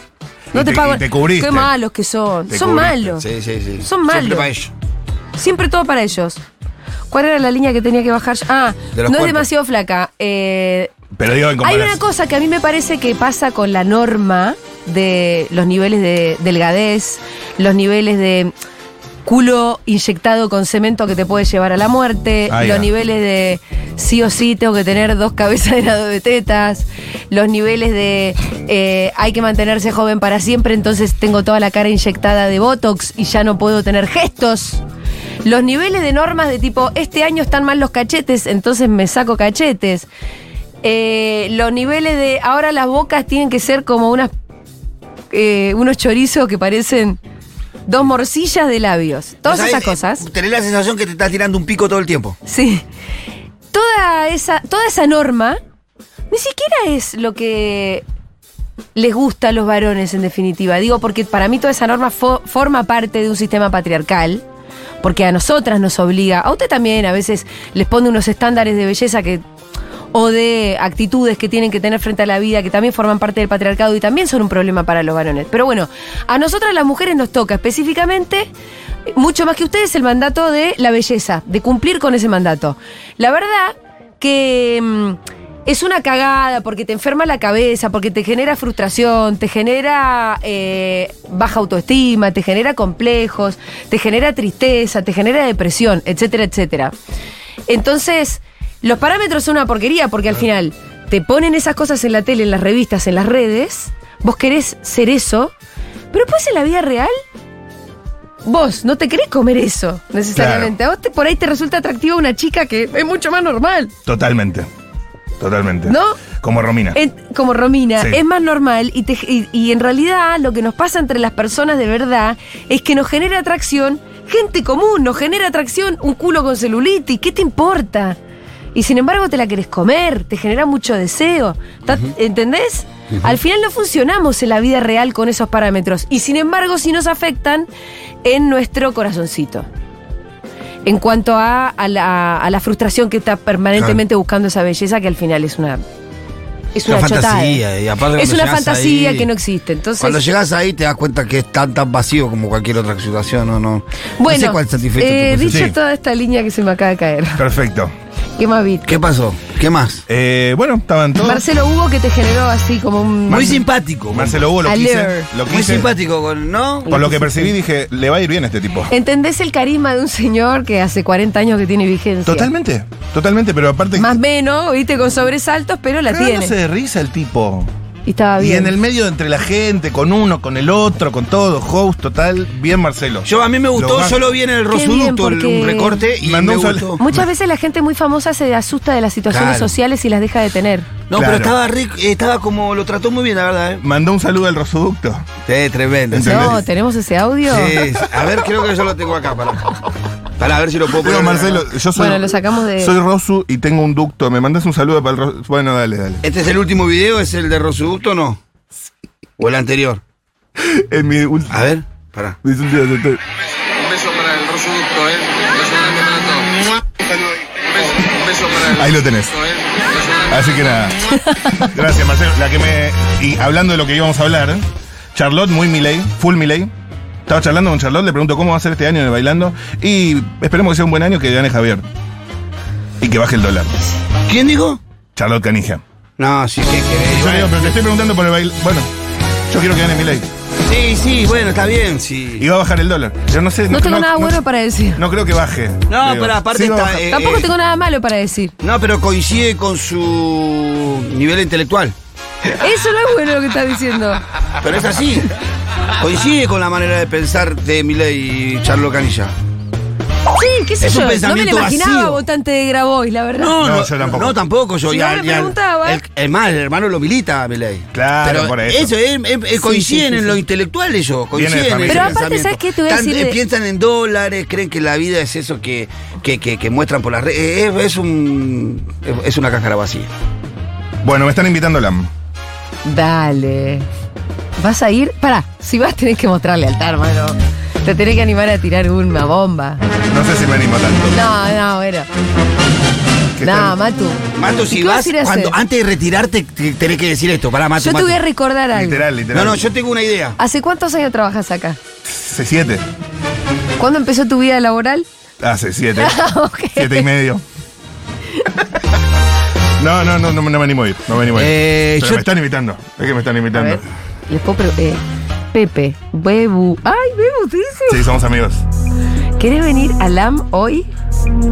Speaker 2: No
Speaker 3: Y
Speaker 2: te,
Speaker 3: te-
Speaker 2: pago.
Speaker 3: y te cubriste.
Speaker 2: Qué malos que son.
Speaker 3: Te
Speaker 2: son
Speaker 3: cubriste,
Speaker 2: malos.
Speaker 1: Sí, sí, sí.
Speaker 2: Son
Speaker 1: Siempre
Speaker 2: malos.
Speaker 1: para ello.
Speaker 2: Siempre todo para ellos. ¿Cuál era la línea que tenía que bajar? yo? Ah,
Speaker 1: De
Speaker 2: no
Speaker 1: los
Speaker 2: es
Speaker 1: cuerpos.
Speaker 2: demasiado flaca. Eh,
Speaker 3: Pero digo, en
Speaker 2: hay
Speaker 3: comparación.
Speaker 2: una cosa que a mí me parece que pasa con la norma de los niveles de delgadez, los niveles de culo inyectado con cemento que te puede llevar a la muerte,
Speaker 3: Ahí
Speaker 2: los
Speaker 3: va.
Speaker 2: niveles de sí o sí tengo que tener dos cabezas de lado de tetas, los niveles de eh, hay que mantenerse joven para siempre, entonces tengo toda la cara inyectada de Botox y ya no puedo tener gestos. Los niveles de normas de tipo, este año están mal los cachetes, entonces me saco cachetes. Eh, los niveles de. Ahora las bocas tienen que ser como unas. eh, unos chorizos que parecen dos morcillas de labios. Todas
Speaker 1: ¿Sabés?
Speaker 2: esas cosas.
Speaker 1: Eh, Tenés la sensación que te estás tirando un pico todo el tiempo.
Speaker 2: Sí. Toda esa, toda esa norma ni siquiera es lo que les gusta a los varones, en definitiva. Digo, porque para mí toda esa norma fo- forma parte de un sistema patriarcal. Porque a nosotras nos obliga, a usted también a veces les pone unos estándares de belleza que o de actitudes que tienen que tener frente a la vida, que también forman parte del patriarcado y también son un problema para los varones. Pero bueno, a nosotras las mujeres nos toca específicamente, mucho más que ustedes, el mandato de la belleza, de cumplir con ese mandato. La verdad que mm, es una cagada porque te enferma la cabeza, porque te genera frustración, te genera eh, baja autoestima, te genera complejos, te genera tristeza, te genera depresión, etcétera, etcétera. Entonces, los parámetros son una porquería porque al final te ponen esas cosas en la tele, en las revistas, en las redes. Vos querés ser eso, pero pues en la vida real, vos no te querés comer eso necesariamente. A vos te- por ahí te resulta atractiva una chica que es mucho más normal,
Speaker 3: Totalmente. Totalmente.
Speaker 2: ¿no?
Speaker 3: Como Romina.
Speaker 2: En- como Romina,
Speaker 3: Sí.
Speaker 2: es más normal y, te- y- y en realidad lo que nos pasa entre las personas de verdad es que nos genera atracción gente común, nos genera atracción un culo con celulitis, ¿qué te importa? Y sin embargo te la querés comer, te genera mucho deseo, Ta- ¿entendés? Al final no funcionamos en la vida real con esos parámetros y sin embargo sí nos afectan en nuestro corazoncito. En cuanto a, a la, a la frustración que está permanentemente buscando esa belleza que al final es una... Es una, chotada.
Speaker 1: y aparte
Speaker 2: Es
Speaker 1: cuando
Speaker 2: una
Speaker 1: llegás
Speaker 2: fantasía
Speaker 1: ahí-
Speaker 2: que no existe. Entonces,
Speaker 1: Cuando llegas ahí te das cuenta que es tan tan vacío como cualquier otra situación, no, no. no
Speaker 2: bueno,
Speaker 1: sé cuál satisfecho
Speaker 2: eh,
Speaker 1: te puede
Speaker 2: dicho
Speaker 3: Sí.
Speaker 2: toda esta línea que se me acaba de caer.
Speaker 3: Perfecto.
Speaker 2: ¿Qué más viste?
Speaker 1: ¿Qué pasó? ¿Qué más?
Speaker 3: Eh, bueno, estaban todos.
Speaker 2: Marcelo Hugo que te generó así como un.
Speaker 1: Muy simpático.
Speaker 3: Marcelo Hugo lo quise.
Speaker 2: Alert.
Speaker 3: Lo
Speaker 1: Muy
Speaker 3: quise.
Speaker 1: simpático, con- ¿no?
Speaker 3: Con lo que percibí dije, le va a ir bien a este tipo.
Speaker 2: ¿Entendés el carisma de un señor que hace 40 años que tiene vigencia?
Speaker 3: Totalmente, totalmente, pero aparte.
Speaker 2: Más menos, viste, con sobresaltos, pero la tiene.
Speaker 3: cagándose de risa el tipo.
Speaker 2: Y estaba
Speaker 3: Y
Speaker 2: bien.
Speaker 3: en el medio entre la gente, con uno, con el otro, con todo, host total, bien Marcelo.
Speaker 1: Yo a mí me gustó,
Speaker 3: Lo
Speaker 1: yo lo vi en el
Speaker 2: Qué bien,
Speaker 1: Rosuducto, el-
Speaker 2: porque-
Speaker 1: un recorte y
Speaker 3: Mandó
Speaker 1: me
Speaker 3: un sol-
Speaker 1: gustó.
Speaker 2: Muchas veces la gente muy famosa se asusta de las situaciones
Speaker 1: Claro.
Speaker 2: sociales y las deja de tener.
Speaker 1: No,
Speaker 3: Claro.
Speaker 1: pero estaba rico, estaba como, lo trató muy bien, la verdad, ¿eh?
Speaker 3: Mandó un saludo al Rosoducto.
Speaker 1: Sí, tremendo.
Speaker 3: Entendés.
Speaker 2: No, tenemos ese audio.
Speaker 1: Sí, sí. a ver, creo que yo lo tengo acá, para. Para a ver si lo puedo
Speaker 3: Pero
Speaker 1: poner.
Speaker 3: Marcelo, yo soy.
Speaker 2: Bueno, lo sacamos de-
Speaker 3: Soy Rosu y tengo un ducto. ¿Me mandas un saludo para el Rosu? Bueno, dale, dale.
Speaker 1: ¿Este es el último video? ¿Es el de Rosuducto o no? ¿O el anterior? Eh.
Speaker 3: En mi último.
Speaker 1: A ver, para.
Speaker 3: mis últimos ent-
Speaker 10: Un beso para el Rosuducto, ¿eh? Un beso grande para todos. Un beso, un beso para el
Speaker 3: Ahí lo tenés.
Speaker 10: Rosoducto, ¿eh? Un beso grande.
Speaker 3: Así que nada. Gracias, Marcelo. La que me. Y hablando de lo que íbamos a hablar, Charlotte, muy Miley, full Miley. Estaba charlando con Charlotte, le pregunto cómo va a ser este año en el bailando. Y esperemos que sea un buen año que gane Javier. Y que baje el dólar.
Speaker 1: ¿Quién dijo?
Speaker 3: Charlotte Canija.
Speaker 1: No, sí, sí, que.
Speaker 3: Yo le digo, pero te estoy preguntando por el baile. Bueno, yo quiero que gane Miley.
Speaker 1: Sí, sí, bueno, está bien, sí.
Speaker 3: Y va a bajar el dólar. Yo no sé.
Speaker 2: No tengo nada bueno para decir.
Speaker 3: No creo que baje.
Speaker 1: No,
Speaker 3: Digo,
Speaker 1: pero aparte
Speaker 3: sí va a
Speaker 1: está.
Speaker 3: bajar.
Speaker 1: eh,
Speaker 2: Tampoco
Speaker 1: eh,
Speaker 2: tengo nada malo para decir.
Speaker 1: No, pero coincide con su nivel intelectual.
Speaker 2: Eso no es bueno lo que estás diciendo.
Speaker 1: Pero es así. Coincide con la manera de pensar de Milei y Charlo Canilla.
Speaker 2: Sí, qué sé
Speaker 1: Es un
Speaker 2: yo. No me lo
Speaker 1: pensamiento
Speaker 2: imaginaba
Speaker 1: vacío.
Speaker 2: votante de Grabois, la verdad.
Speaker 3: No, yo tampoco.
Speaker 1: No, tampoco yo.
Speaker 2: Si
Speaker 1: ya-
Speaker 2: vos me
Speaker 1: ya-
Speaker 2: preguntabas.
Speaker 1: el, el mal, el hermano lo milita a Milei.
Speaker 3: Claro,
Speaker 1: Pero
Speaker 3: por eso.
Speaker 1: es- es- es- coinciden
Speaker 2: sí, sí,
Speaker 1: en lo
Speaker 2: sí.
Speaker 1: intelectual ellos.
Speaker 3: Viene de
Speaker 1: Coinciden en
Speaker 3: familia.
Speaker 1: ese
Speaker 2: Pero aparte,
Speaker 1: pensamiento.
Speaker 2: ¿sabes qué? Te voy a
Speaker 1: Tan-
Speaker 2: decir
Speaker 1: eh,
Speaker 2: de-
Speaker 1: Piensan en dólares, creen que la vida es eso que, que, que- que muestran por las redes. Eh, Es, es un, es una cáscara vacía.
Speaker 3: Bueno, me están invitando Lam.
Speaker 2: Dale. Vas a ir. Pará, si vas, tenés que mostrarle altar, hermano. Te tenés que animar a tirar una bomba.
Speaker 3: No sé si me animo tanto.
Speaker 2: No, no, bueno.
Speaker 3: Que
Speaker 2: No,
Speaker 3: están-
Speaker 2: Matu.
Speaker 1: Mato,
Speaker 2: ¿Y
Speaker 1: si
Speaker 2: qué
Speaker 1: vas,
Speaker 2: a ir a hacer?
Speaker 1: cuando- antes de retirarte, te- tenés que decir esto. Pará, Mato.
Speaker 2: Yo te
Speaker 1: Mato.
Speaker 2: voy a recordar algo.
Speaker 3: Literal, literal.
Speaker 1: No, no, yo tengo una idea.
Speaker 2: ¿Hace cuántos años trabajas acá?
Speaker 3: Hace siete.
Speaker 2: ¿Cuándo empezó tu vida laboral?
Speaker 3: Hace siete.
Speaker 2: Ah, Ok.
Speaker 3: Siete y medio. No, no, no, no, no me animo a ir. No me animo a ir.
Speaker 1: Eh,
Speaker 3: Pero
Speaker 1: yo-
Speaker 3: me están invitando. Es que me están
Speaker 2: A
Speaker 3: invitando.
Speaker 2: ver, les puedo pre- eh, Pepe, Bebu. Ay, Bebu, te dice.
Speaker 3: Sí, somos amigos.
Speaker 2: ¿Querés venir a LAM hoy?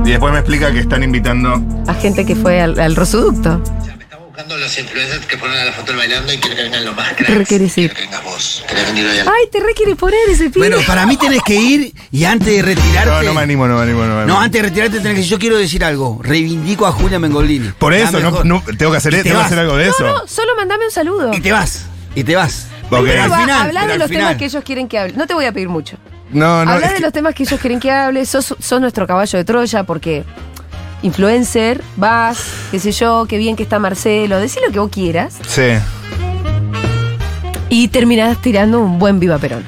Speaker 3: Y después me explica que están invitando.
Speaker 2: A gente que fue al, al Rosoducto.
Speaker 10: Estamos buscando los influencers que ponen a la foto del bailando y quiero que vengan los más cracks.
Speaker 2: Pero querés ir.
Speaker 10: Quiero que vengas vos. Querés venir hoy al...
Speaker 2: Ay, te re quiere poner ese pibe.
Speaker 1: Bueno, para mí tenés que ir y antes de
Speaker 3: No,
Speaker 1: retirarte.
Speaker 3: no me animo, no me animo, no me animo.
Speaker 1: No, antes de retirarte tenés que decir, yo quiero decir algo. Reivindico a Julia Mengolini.
Speaker 3: Por
Speaker 1: La
Speaker 3: eso, no,
Speaker 1: mejor.
Speaker 3: no- tengo que hacer,
Speaker 1: Y te
Speaker 3: tengo que
Speaker 1: vas.
Speaker 3: hacer algo de eso.
Speaker 2: No, solo mandame un saludo.
Speaker 1: Y te vas. Y te vas.
Speaker 3: Ok.
Speaker 1: Pero al
Speaker 2: Va,
Speaker 1: final,
Speaker 2: habla
Speaker 1: pero
Speaker 2: de
Speaker 1: al
Speaker 2: los temas
Speaker 1: final.
Speaker 2: que ellos quieren que hable. No te voy a pedir mucho.
Speaker 3: No, no.
Speaker 2: habla
Speaker 3: es
Speaker 2: de
Speaker 3: que-
Speaker 2: los temas que ellos quieren que hable. Sos, sos nuestro caballo de Troya porque influencer, vas, qué sé yo, qué bien que está Marcelo. Decí lo que vos quieras.
Speaker 3: Sí.
Speaker 2: Y terminás tirando un buen viva Perón.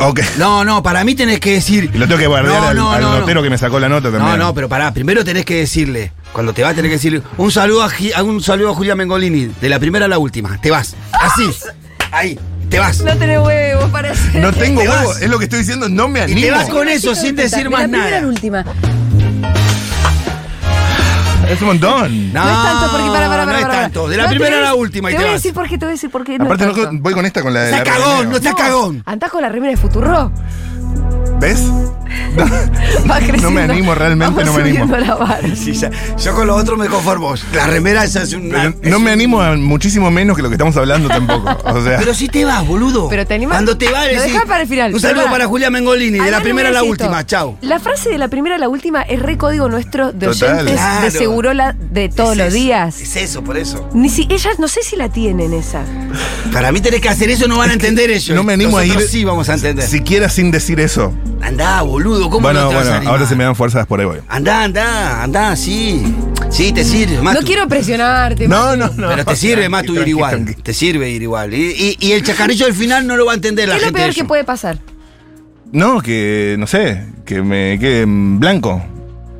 Speaker 3: Ok.
Speaker 1: No, no, para mí tenés que decir.
Speaker 3: Y lo tengo que guardar al, al notero que me sacó la nota
Speaker 1: No,
Speaker 3: también.
Speaker 1: no, pero pará, primero tenés que decirle, cuando te vas tenés que decirle, un saludo a, Gi- a un saludo a Julia Mengolini, de la primera a la última, te vas, así, ahí, te vas.
Speaker 2: No tenés huevos, parece.
Speaker 3: No tengo
Speaker 1: Te
Speaker 3: huevo,
Speaker 1: vas.
Speaker 3: es lo que estoy diciendo, no me
Speaker 1: Y
Speaker 3: animo.
Speaker 1: te vas con eso sin decir más nada. No,
Speaker 2: última.
Speaker 3: Es un montón.
Speaker 2: No, es tanto porque para, para, para.
Speaker 1: Ah, no es
Speaker 2: para, para.
Speaker 1: tanto, de la
Speaker 2: No, te
Speaker 1: primera
Speaker 2: voy
Speaker 1: a la
Speaker 2: decir-
Speaker 1: última y
Speaker 2: te,
Speaker 1: te
Speaker 2: voy a
Speaker 1: vas.
Speaker 2: decir por qué, te voy a decir por qué. No
Speaker 3: Aparte,
Speaker 2: es
Speaker 3: no,
Speaker 2: tanto.
Speaker 3: voy con esta con la de
Speaker 1: Está
Speaker 3: la
Speaker 1: cagón, no
Speaker 3: Reveneo.
Speaker 1: está cagón.
Speaker 2: Andás con la remera de Futurro.
Speaker 3: ¿Ves?
Speaker 2: Va creciendo.
Speaker 3: animo, realmente
Speaker 2: Vamos
Speaker 3: no me animo.
Speaker 2: subiendo la vara.
Speaker 1: Sí, ya. Yo con los otros me conformo. La remera esa es una.
Speaker 3: Pero no me animo a muchísimo menos que lo que estamos hablando tampoco. O sea,
Speaker 1: Pero si te vas, boludo.
Speaker 2: Pero te animás.
Speaker 1: Cuando te vas,
Speaker 2: Lo
Speaker 1: decís,
Speaker 2: dejás para el final.
Speaker 1: Un
Speaker 2: Te
Speaker 1: saludo
Speaker 2: vas.
Speaker 1: para Julia Mengolini, de
Speaker 2: Además,
Speaker 1: la
Speaker 2: le
Speaker 1: primera a
Speaker 2: voy
Speaker 1: la
Speaker 2: decir
Speaker 1: última.
Speaker 2: esto.
Speaker 1: Chao.
Speaker 2: La frase de la primera a la última es re código nuestro de
Speaker 3: Total.
Speaker 2: oyentes de
Speaker 1: Claro.
Speaker 2: Segurola de todos
Speaker 1: Es
Speaker 2: los
Speaker 1: eso,
Speaker 2: días.
Speaker 1: Es eso, por eso.
Speaker 2: Ni si ellas, no sé si la tienen esa.
Speaker 1: Para mí tenés que hacer eso, no van a entender ellos.
Speaker 3: no me animo a
Speaker 1: Nosotros
Speaker 3: ir-
Speaker 1: Sí, vamos a entender.
Speaker 3: siquiera sin decir eso.
Speaker 1: Andá, boludo, ¿cómo
Speaker 3: bueno,
Speaker 1: no te vas
Speaker 3: bueno,
Speaker 1: a animar?
Speaker 3: ahora se me dan fuerzas por ahí voy.
Speaker 1: Andá, andá, andá, sí. Sí, te sirve, Matu.
Speaker 2: No quiero presionarte.
Speaker 3: No, no, no.
Speaker 1: Pero te sirve, Matu, ir
Speaker 3: Tranqui,
Speaker 1: igual.
Speaker 3: tranqui.
Speaker 1: Te sirve ir igual. Y, y- y el chacarillo al final no lo va a entender
Speaker 2: ¿Qué
Speaker 1: la
Speaker 2: es lo
Speaker 1: gente.
Speaker 2: peor
Speaker 1: eso.
Speaker 2: que puede pasar?
Speaker 3: No, que no sé, que me quede en blanco.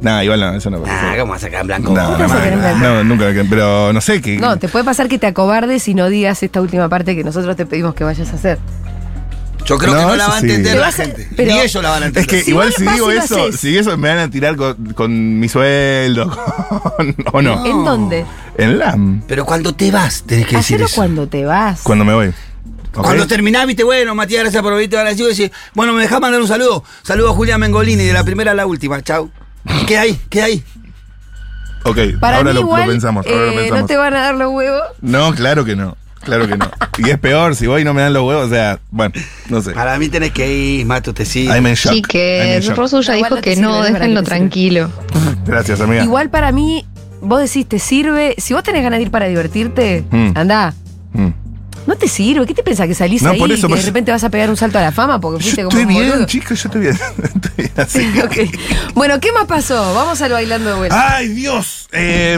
Speaker 3: Nah, igual no, eso no.
Speaker 1: Ah, ¿cómo vas a sacar en blanco?
Speaker 3: No,
Speaker 2: vas a
Speaker 3: no,
Speaker 2: quedar en blanco?
Speaker 3: no, nunca, pero no sé que.
Speaker 2: No, te puede pasar que te acobardes y no digas esta última parte que nosotros te pedimos que vayas a hacer.
Speaker 1: Yo creo que
Speaker 3: No,
Speaker 1: no la
Speaker 3: eso
Speaker 1: va a
Speaker 3: sí.
Speaker 1: entender
Speaker 2: Te
Speaker 1: la
Speaker 2: vas a-
Speaker 1: gente.
Speaker 2: pero-
Speaker 1: Ni ellos la van a
Speaker 3: Es
Speaker 1: entender.
Speaker 3: que
Speaker 2: Si
Speaker 3: igual
Speaker 2: vos
Speaker 3: si
Speaker 2: vas y
Speaker 3: digo
Speaker 2: lo
Speaker 3: eso,
Speaker 2: haces.
Speaker 3: si digo eso me van a tirar con, con mi sueldo, con- o no.
Speaker 2: ¿En dónde?
Speaker 3: En LAM,
Speaker 1: Pero cuando te vas, tenés que decir
Speaker 2: Hacelo
Speaker 1: eso.
Speaker 2: cuando te vas.
Speaker 3: cuando me voy. ¿Ok?
Speaker 1: Cuando terminás, viste, bueno, Matías, gracias por venirte ahora sí, vos decís, bueno, me dejás mandar un saludo. Saludo a Julia Mengolini, de la primera a la última. Chau. ¿Qué hay? ¿Qué hay?
Speaker 3: Ok,
Speaker 2: Para
Speaker 3: ahora
Speaker 2: mí
Speaker 3: lo,
Speaker 2: igual,
Speaker 3: lo pensamos, ahora lo
Speaker 2: eh,
Speaker 3: pensamos.
Speaker 2: no te van a dar los huevos.
Speaker 3: No, claro que no. Claro que no. Y es peor, si voy y no me dan los huevos, o sea, bueno, no sé.
Speaker 1: Para mí tenés que ir, Mato, te sigo.
Speaker 3: I'm in shock. I'm in
Speaker 11: Chiques,
Speaker 3: shock.
Speaker 11: Rosu ya
Speaker 2: No, igual
Speaker 11: dijo
Speaker 2: no
Speaker 11: que
Speaker 2: te
Speaker 11: no,
Speaker 2: sirve, no es para que
Speaker 11: déjenlo
Speaker 2: te sirva.
Speaker 11: tranquilo.
Speaker 3: Gracias, amiga.
Speaker 2: Igual para mí, vos decís, te sirve. Si vos tenés ganas de ir para divertirte,
Speaker 3: Mm.
Speaker 2: andá.
Speaker 3: Mm.
Speaker 2: No te sirve. ¿Qué te pensás? Que salís
Speaker 3: No,
Speaker 2: ahí
Speaker 3: por
Speaker 2: y
Speaker 3: eso,
Speaker 2: que
Speaker 3: por
Speaker 2: de
Speaker 3: eso.
Speaker 2: repente vas a pegar un salto a la fama porque fuiste
Speaker 3: Yo
Speaker 2: como
Speaker 3: estoy
Speaker 2: un
Speaker 3: bien,
Speaker 2: boludo?
Speaker 3: chicos, yo estoy bien. Estoy bien así.
Speaker 2: Ok. Bueno, ¿qué más pasó? Vamos al bailando de vuelta.
Speaker 3: ¡Ay, Dios! Eh,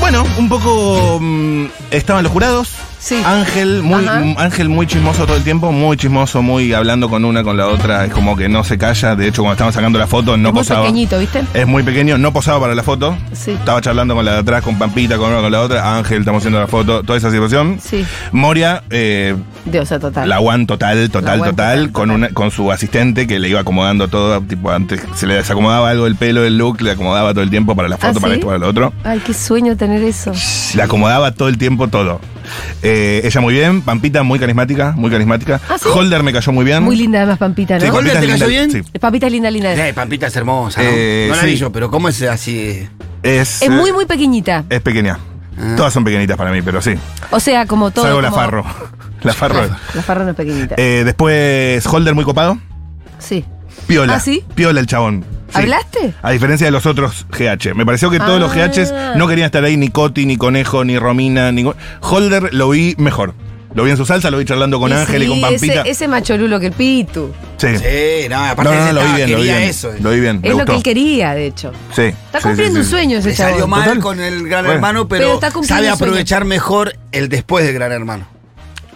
Speaker 3: bueno, un poco mm, estaban los jurados.
Speaker 2: Sí.
Speaker 3: Ángel muy,
Speaker 2: Ajá.
Speaker 3: mm, Ángel muy chismoso todo el tiempo, muy chismoso, muy hablando con una, con la otra. Es como que no se calla. De hecho, cuando estaban sacando la foto, no
Speaker 2: Es muy
Speaker 3: posaba.
Speaker 2: pequeñito, ¿viste?
Speaker 3: Es muy pequeño, no posaba para la foto.
Speaker 2: Sí.
Speaker 3: Estaba charlando con la de atrás, con Pampita, con una, con la otra. Ángel, estamos haciendo la foto. Toda esa situación.
Speaker 2: Sí.
Speaker 3: Moria, eh,
Speaker 2: Dios, a total.
Speaker 3: la UAN total, total,
Speaker 2: La UAN
Speaker 3: total,
Speaker 2: total,
Speaker 3: con,
Speaker 2: total.
Speaker 3: una, con su asistente que le iba acomodando todo, tipo antes se le desacomodaba algo el pelo, el look, le acomodaba todo el tiempo para la
Speaker 2: ¿Ah,
Speaker 3: foto, para
Speaker 2: sí?
Speaker 3: esto, para lo otro.
Speaker 2: Ay, qué sueño tener eso.
Speaker 3: Le acomodaba todo el tiempo todo. Eh, ella muy bien, Pampita muy carismática, muy carismática.
Speaker 2: ¿Ah, sí?
Speaker 3: Holder me cayó muy bien.
Speaker 2: Muy linda además, Pampita,
Speaker 3: Sí,
Speaker 2: ¿no?
Speaker 1: Holder
Speaker 3: Pampita
Speaker 1: te
Speaker 3: es
Speaker 1: cayó
Speaker 3: linda,
Speaker 1: bien?
Speaker 3: sí.
Speaker 2: Pampita es linda, linda.
Speaker 1: Eh, Pampita es hermosa. ¿no?
Speaker 3: Eh,
Speaker 1: no la vi
Speaker 3: sí.
Speaker 1: yo, pero ¿cómo es así?
Speaker 2: Es
Speaker 3: Es, eh,
Speaker 2: muy, muy pequeñita.
Speaker 3: es pequeña. Todas son pequeñitas para mí, pero sí.
Speaker 2: O sea, como todo.
Speaker 3: Salvo la
Speaker 2: como-
Speaker 3: Farro. La Farro.
Speaker 2: La farro no es pequeñita.
Speaker 3: Eh, después, Holder muy copado.
Speaker 2: sí.
Speaker 3: Piola.
Speaker 2: ¿Ah, sí?
Speaker 3: Piola el chabón. Sí.
Speaker 2: ¿Hablaste?
Speaker 3: A diferencia de los otros GH. Me pareció que todos los
Speaker 2: Ah.
Speaker 3: GH no querían estar ahí, ni Coti, ni Conejo, ni Romina, ni... Holder lo vi mejor. Lo vi en su salsa, lo vi charlando con
Speaker 2: Y
Speaker 3: Ángel y
Speaker 2: sí,
Speaker 3: con Pampita.
Speaker 2: Ese, ese machorulo que el Pitu.
Speaker 3: Sí.
Speaker 1: Sí, no,
Speaker 3: No,
Speaker 1: aparte
Speaker 3: no, no,
Speaker 1: ese
Speaker 3: lo vi
Speaker 1: estaba-
Speaker 3: bien, lo vi
Speaker 1: quería
Speaker 3: bien.
Speaker 1: eso.
Speaker 3: Lo vi bien, me
Speaker 2: Es lo
Speaker 3: gustó.
Speaker 2: que él quería, de hecho.
Speaker 3: Sí.
Speaker 2: Está
Speaker 3: sí,
Speaker 2: cumpliendo
Speaker 3: sí,
Speaker 2: un
Speaker 3: sí.
Speaker 2: sueño ese
Speaker 1: Le salió
Speaker 2: chabón.
Speaker 1: mal
Speaker 3: Total.
Speaker 1: con el Gran
Speaker 3: Bueno.
Speaker 1: Hermano,
Speaker 2: Pero
Speaker 1: pero,
Speaker 2: está cumpliendo
Speaker 1: sabe
Speaker 2: el sueño.
Speaker 1: aprovechar mejor el después del Gran Hermano.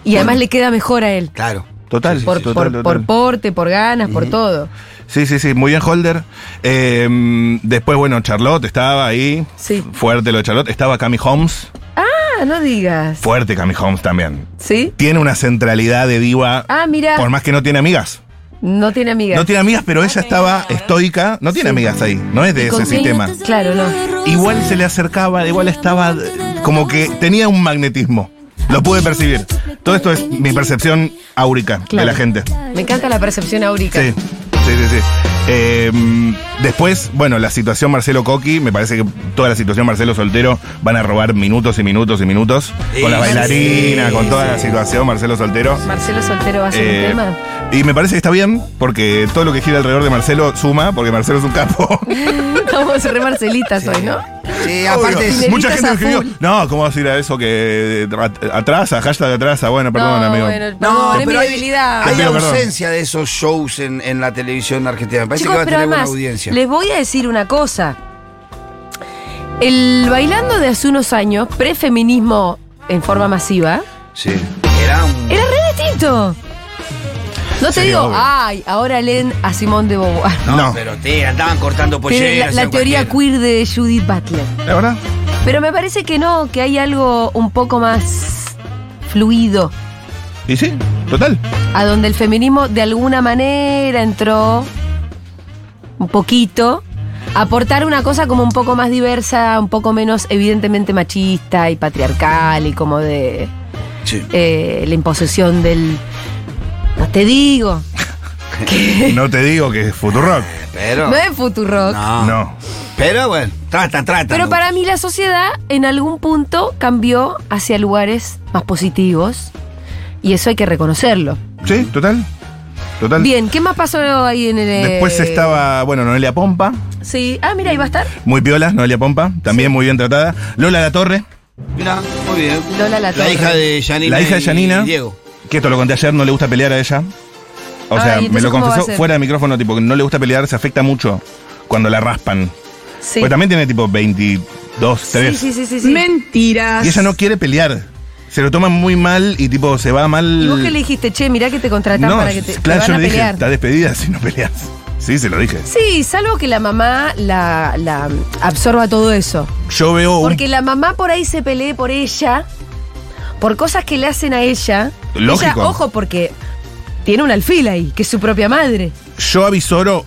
Speaker 2: Y además le queda mejor a él.
Speaker 1: Claro.
Speaker 3: Total,
Speaker 2: Por,
Speaker 3: total,
Speaker 2: por-
Speaker 3: total.
Speaker 2: por porte, por ganas, por todo.
Speaker 3: Sí, sí, sí, muy bien Holder. Eh, después, bueno, Charlotte estaba ahí.
Speaker 2: Sí.
Speaker 3: Fuerte lo de Charlotte. Estaba Cami Holmes.
Speaker 2: Ah, no digas.
Speaker 3: Fuerte Cami Holmes también.
Speaker 2: ¿Sí?
Speaker 3: Tiene una centralidad de diva.
Speaker 2: Ah, mira.
Speaker 3: Por más que no tiene amigas.
Speaker 2: No tiene amigas.
Speaker 3: No tiene amigas, pero ella estaba estoica. No tiene amigas ahí. No es de
Speaker 2: ¿Con
Speaker 3: ese
Speaker 2: quién?
Speaker 3: sistema.
Speaker 2: Claro, no.
Speaker 3: Igual se le acercaba, igual estaba eh, como que tenía un magnetismo. Lo pude percibir. Todo esto es mi percepción áurica
Speaker 2: Claro.
Speaker 3: de la gente.
Speaker 2: Me encanta la percepción áurica.
Speaker 3: Sí, sí, sí, sí. Eh, después, bueno, la situación Marcelo Coqui, me parece que toda la situación Marcelo Soltero van a robar minutos y minutos y minutos.
Speaker 1: Sí,
Speaker 3: con la bailarina,
Speaker 1: sí,
Speaker 3: con toda
Speaker 1: sí.
Speaker 3: la situación Marcelo Soltero.
Speaker 2: Marcelo Soltero va a ser
Speaker 3: Eh,
Speaker 2: un tema.
Speaker 3: y me parece que está bien, porque todo lo que gira alrededor de Marcelo suma, porque Marcelo es un capo.
Speaker 2: Estamos re Marcelitas hoy, ¿no?
Speaker 1: Sí,
Speaker 3: Obvio.
Speaker 1: aparte es-
Speaker 2: Dineritos
Speaker 3: Mucha gente
Speaker 2: a
Speaker 3: me escribió.
Speaker 2: full.
Speaker 3: No, ¿cómo vas a ir a eso que at- atrasa? Hashtag atrasa. Bueno, perdón,
Speaker 2: no,
Speaker 3: amigo.
Speaker 2: Bueno,
Speaker 1: No,
Speaker 2: no, es mi
Speaker 1: pero hay,
Speaker 2: debilidad.
Speaker 1: hay
Speaker 3: Te pido perdón.
Speaker 1: ausencia de esos shows en, en la televisión argentina. Me parece
Speaker 2: Chicos,
Speaker 1: que va a
Speaker 2: pero
Speaker 1: tener
Speaker 2: además,
Speaker 1: buena audiencia.
Speaker 2: les voy a decir una cosa. El bailando de hace unos años, prefeminismo en forma masiva,
Speaker 1: Sí. Era un.
Speaker 2: era re distinto. No te
Speaker 3: Sí,
Speaker 2: digo,
Speaker 3: obvio.
Speaker 2: ay, ahora leen a Simón de Beauvoir.
Speaker 1: No,
Speaker 3: No.
Speaker 1: pero te andaban cortando
Speaker 2: Pero
Speaker 1: polleras.
Speaker 2: la, la
Speaker 1: en
Speaker 2: teoría
Speaker 1: Pues cualquiera.
Speaker 2: queer de Judith Butler.
Speaker 3: ¿La verdad?
Speaker 2: Pero me parece que no, que hay algo un poco más fluido,
Speaker 3: Y sí, total.
Speaker 2: a donde el feminismo de alguna manera entró un poquito, a aportar una cosa como un poco más diversa, un poco menos evidentemente machista y patriarcal y como de
Speaker 1: Sí.
Speaker 2: eh, la imposición del... No te digo,
Speaker 3: No te digo que es Futurock.
Speaker 1: Pero.
Speaker 2: no es Futurock.
Speaker 1: No.
Speaker 3: No.
Speaker 1: Pero bueno, trata, trata.
Speaker 2: Pero para mí la sociedad en algún punto cambió hacia lugares más positivos y eso hay que reconocerlo.
Speaker 3: Sí, total. Total.
Speaker 2: Bien, ¿qué más pasó ahí en el...? eh,
Speaker 3: Después estaba, bueno, Noelia Pompa.
Speaker 2: Sí, ah, mira, ahí va a estar
Speaker 3: Muy piola, Noelia Pompa. También muy bien tratada. Lola La Torre.
Speaker 1: Mira, muy bien.
Speaker 2: Lola la
Speaker 1: La hija de Janina.
Speaker 3: La hija de
Speaker 1: y
Speaker 3: Janina.
Speaker 1: Diego.
Speaker 3: Que esto lo conté ayer, no le gusta pelear a ella. O
Speaker 2: Ay,
Speaker 3: sea, me
Speaker 2: entonces,
Speaker 3: lo
Speaker 2: ¿cómo va a
Speaker 3: confesó
Speaker 2: ser?
Speaker 3: fuera de micrófono, tipo, que no le gusta pelear, se afecta mucho cuando la raspan.
Speaker 2: Sí.
Speaker 3: Pues también tiene tipo 22, 3.
Speaker 2: Sí, sí, sí, sí, sí.
Speaker 4: Mentiras.
Speaker 3: Y ella no quiere pelear. Se lo toma muy mal y tipo se va mal.
Speaker 2: ¿Y vos qué le dijiste? Che, mirá que te contratan
Speaker 3: no,
Speaker 2: para que te, te
Speaker 3: claro,
Speaker 2: van
Speaker 3: yo
Speaker 2: a
Speaker 3: le dije,
Speaker 2: pelear.
Speaker 3: está despedida si no peleas. Sí, se lo dije.
Speaker 2: Sí, salvo que la mamá la, la absorba todo eso.
Speaker 3: Yo veo un-
Speaker 2: Porque la mamá por ahí se pelee por ella, por cosas que le hacen a ella.
Speaker 3: Lógico.
Speaker 2: Ella, ojo, porque tiene un alfil ahí, que es su propia madre.
Speaker 3: Yo avisoro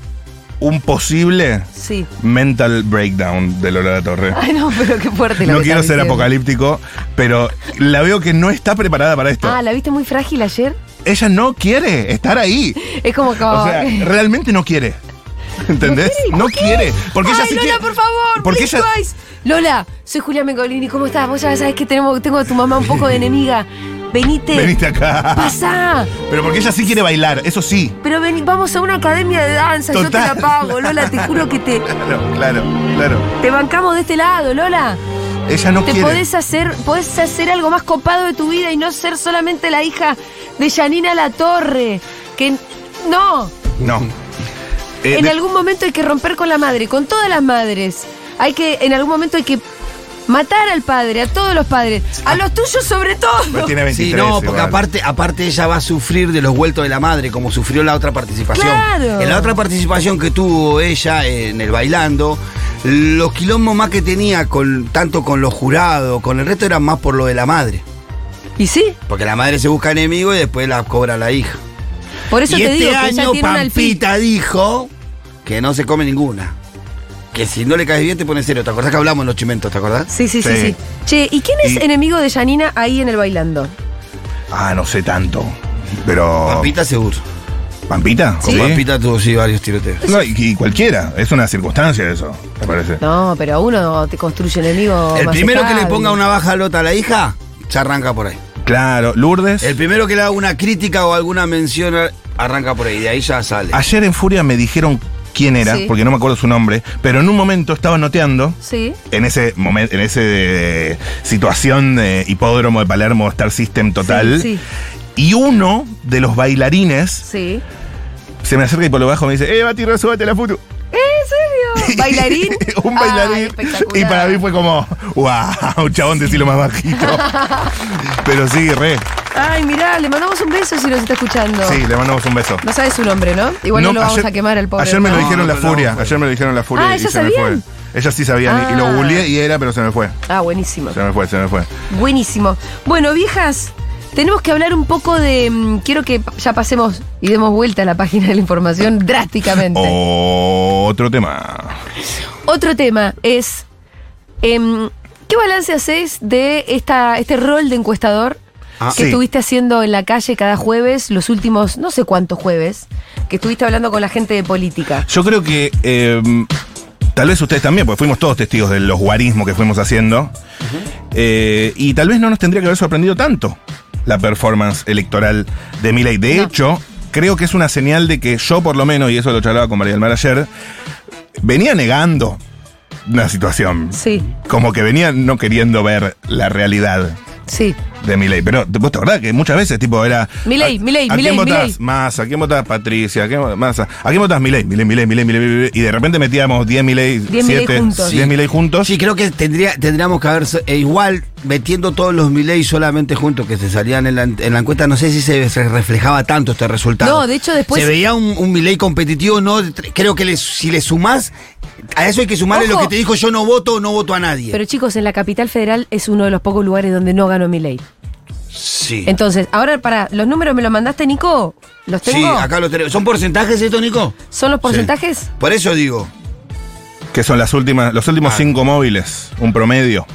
Speaker 3: un posible
Speaker 2: Sí.
Speaker 3: mental breakdown de Lola de la Torre.
Speaker 2: Ay, no, pero qué fuerte la
Speaker 3: No
Speaker 2: que
Speaker 3: quiero
Speaker 2: estás
Speaker 3: ser
Speaker 2: diciendo.
Speaker 3: apocalíptico, pero la veo que no está preparada para esto.
Speaker 2: Ah, ¿la viste muy frágil ayer?
Speaker 3: Ella no quiere estar ahí.
Speaker 2: Es como que...
Speaker 3: O sea, realmente no quiere. ¿Entendés? No quiere. Porque
Speaker 2: Ay,
Speaker 3: ella sí
Speaker 2: Lola,
Speaker 3: quiere.
Speaker 2: por favor,
Speaker 3: Porque
Speaker 2: please
Speaker 3: ella.
Speaker 2: twice. Lola, soy Julia Mengolini, ¿cómo estás? Vos ya sabés que tenemos, tengo a tu mamá un poco de enemiga. Venite.
Speaker 3: Veniste acá.
Speaker 2: Pasá.
Speaker 3: Pero porque ella sí quiere bailar, eso sí.
Speaker 2: Pero vení, vamos a una academia de danza, yo te la
Speaker 3: Total.
Speaker 2: pago, Lola, te juro que te,
Speaker 3: Claro, claro, claro.
Speaker 2: te bancamos de este lado, Lola.
Speaker 3: Ella no
Speaker 2: Te
Speaker 3: quiere.
Speaker 2: podés hacer, podés hacer algo más copado de tu vida y no ser solamente la hija de Janina La Torre. Que no,
Speaker 3: No. Eh,
Speaker 2: en
Speaker 3: de-
Speaker 2: algún momento hay que romper con la madre, con todas las madres. Hay que, en algún momento hay que matar al padre, a todos los padres, a los tuyos sobre
Speaker 3: pero
Speaker 2: todo.
Speaker 3: pues tiene 23.
Speaker 1: Sí, no, porque
Speaker 3: igual.
Speaker 1: aparte, aparte ella va a sufrir de los vueltos de la madre, como sufrió la otra participación.
Speaker 2: Claro.
Speaker 1: En la otra participación que tuvo ella en el bailando, los quilombos más que tenía, con, tanto con los jurados, con el resto, eran más por lo de la madre.
Speaker 2: Y sí,
Speaker 1: Porque la madre se busca enemigo y después la cobra la hija.
Speaker 2: por eso
Speaker 1: y
Speaker 2: te
Speaker 1: este
Speaker 2: digo que ya
Speaker 1: año
Speaker 2: tiene un alfil.
Speaker 1: Pampita dijo que no se come ninguna. Que si no le caes bien te pone cero. ¿Te acordás que hablamos en los chimentos, te acordás?
Speaker 2: Sí, sí, sí, sí,
Speaker 3: Sí.
Speaker 2: Che, ¿y quién es
Speaker 3: Y-
Speaker 2: enemigo de Janina ahí en el bailando?
Speaker 3: Ah, no sé tanto. Pero.
Speaker 1: Pampita seguro.
Speaker 3: ¿Pampita?
Speaker 1: Con
Speaker 3: Sí.
Speaker 1: Pampita tuvo sí varios tiroteos.
Speaker 3: No, y, y cualquiera. Es una circunstancia eso, me parece.
Speaker 2: No, pero uno te construye enemigo.
Speaker 1: El
Speaker 2: más
Speaker 1: primero que le
Speaker 2: estable.
Speaker 1: ponga una baja lota a la hija, se arranca por ahí.
Speaker 3: Claro, Lourdes.
Speaker 1: El primero que le haga una crítica o alguna mención, arranca por ahí. De ahí ya sale.
Speaker 3: Ayer en Furia me dijeron quién era,
Speaker 2: Sí.
Speaker 3: porque no me acuerdo su nombre, pero en un momento estaba noteando.
Speaker 2: Sí.
Speaker 3: En ese momento, en ese eh, situación de hipódromo de Palermo Star System total.
Speaker 2: Sí,
Speaker 3: Y uno de los bailarines
Speaker 2: sí. sí.
Speaker 3: se me acerca y por lo bajo me dice, eh, Bati, resúbete la foto.
Speaker 2: ¿En serio? ¿Bailarín?
Speaker 3: un
Speaker 2: Ay,
Speaker 3: bailarín.
Speaker 2: espectacular.
Speaker 3: y para mí fue como, wow, chabón, decilo más bajito. Pero sí, re.
Speaker 2: Ay, mirá, le mandamos un beso si nos está escuchando.
Speaker 3: Sí, le mandamos un beso.
Speaker 2: No sabe su nombre, ¿no? Igual no,
Speaker 3: No,
Speaker 2: lo vamos
Speaker 3: ayer-
Speaker 2: a quemar al pobre.
Speaker 3: Ayer me
Speaker 2: ¿no?
Speaker 3: lo
Speaker 1: No,
Speaker 3: dijeron la
Speaker 1: no,
Speaker 3: furia.
Speaker 1: no,
Speaker 3: ayer me lo dijeron la furia
Speaker 2: Ah,
Speaker 3: y
Speaker 2: ¿ellos
Speaker 3: se me fue.
Speaker 2: sabían?
Speaker 3: Ellas sí sabían y- y
Speaker 2: Ah.
Speaker 3: lo googleé y era, pero se me fue.
Speaker 2: Ah, buenísimo.
Speaker 3: Se me fue, se me fue.
Speaker 2: Buenísimo. Bueno, viejas, tenemos que hablar un poco de. mm, quiero que ya pasemos y demos vuelta a la página de la información drásticamente.
Speaker 1: Oh.
Speaker 3: Otro tema.
Speaker 2: Otro tema es. em, ¿Qué balance haces de esta, este rol de encuestador
Speaker 1: Ah,
Speaker 2: que
Speaker 3: sí.
Speaker 2: estuviste haciendo en la calle cada jueves, los últimos no sé cuántos jueves, que estuviste hablando con la gente de política?
Speaker 3: Yo creo que eh, tal vez ustedes también, porque fuimos todos testigos de los guarismos que fuimos haciendo. Eh, y tal vez no nos tendría que haber sorprendido tanto la performance electoral de Milei. De
Speaker 2: No.
Speaker 3: hecho, creo que es una señal de que yo, por lo menos, y eso lo charlaba con María del Mar ayer, venía negando una situación.
Speaker 2: Sí,
Speaker 3: Como que venía no queriendo ver la realidad.
Speaker 2: sí.
Speaker 3: De Milei. Pero ¿te- vos te acordás que muchas veces, tipo, era.
Speaker 2: Milei,
Speaker 3: ¿a-
Speaker 2: Milei,
Speaker 3: ¿A
Speaker 2: Milei,
Speaker 3: quién
Speaker 2: Milei.
Speaker 3: votás? Massa, ¿a quién votás Patricia? ¿A quién votás Massa? ¿A quién votás Milei? Milei, Milei, Milei, Milei, Milei. Y de repente metíamos 10 Milei,
Speaker 2: 10 Milei
Speaker 3: 7,
Speaker 2: juntos.
Speaker 3: 10 Milei juntos.
Speaker 1: Sí, creo que tendría, tendríamos que haber, e igual, metiendo todos los Milei solamente juntos que se salían en la, en la encuesta, no sé si se, se reflejaba tanto este resultado.
Speaker 2: No, de hecho, después-
Speaker 1: Se veía un, un Milei competitivo, no creo que le- si le sumás, a eso hay que sumarle
Speaker 2: Ojo.
Speaker 1: lo que te dijo yo no voto, no voto a nadie.
Speaker 2: Pero chicos, en la capital federal es uno de los pocos lugares donde no ganó mi ley.
Speaker 1: sí.
Speaker 2: Entonces, ahora para los números me los mandaste, Nico. ¿Los tengo?
Speaker 1: Sí, acá lo tenemos. ¿Son porcentajes esto, Nico?
Speaker 2: ¿Son los porcentajes?
Speaker 1: Por eso digo.
Speaker 3: Que son las últimas, los últimos
Speaker 1: Ah.
Speaker 3: 5 móviles, un promedio.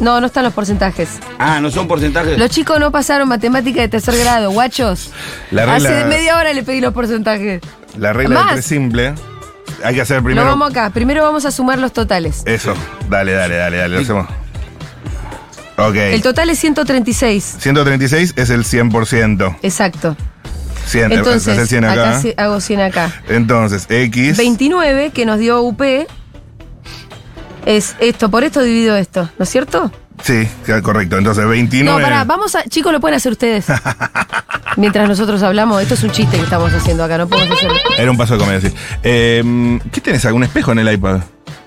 Speaker 2: No, no están los porcentajes.
Speaker 1: Ah, no son porcentajes.
Speaker 2: Los chicos no pasaron matemática de tercer grado, guachos.
Speaker 3: La
Speaker 2: Hace
Speaker 3: regla,
Speaker 2: media hora le pedí los porcentajes.
Speaker 3: la regla
Speaker 2: Más.
Speaker 3: de tres simple. Hay que hacer
Speaker 2: No
Speaker 3: primero.
Speaker 2: vamos acá. Primero vamos a sumar los totales.
Speaker 3: Eso. Dale, dale, dale, dale, lo hacemos.
Speaker 2: El
Speaker 3: Ok.
Speaker 2: total es 136.
Speaker 3: 136 es el 100%.
Speaker 2: Exacto.
Speaker 3: 100,
Speaker 2: Entonces,
Speaker 3: es el 100
Speaker 2: acá,
Speaker 3: acá.
Speaker 2: sí hago 100 acá.
Speaker 3: Entonces, X.
Speaker 2: 29 que nos dio UP es esto, por esto divido esto, ¿no es cierto?
Speaker 3: Sí, ya, correcto. Entonces, 29.
Speaker 2: No, pará, vamos a. Chicos, lo pueden hacer ustedes. Mientras nosotros hablamos, esto es un chiste que estamos haciendo acá, no podemos hacerlo.
Speaker 3: Era un paso de comedia, sí. Eh, ¿Qué tenés? ¿Algún espejo en el iPad?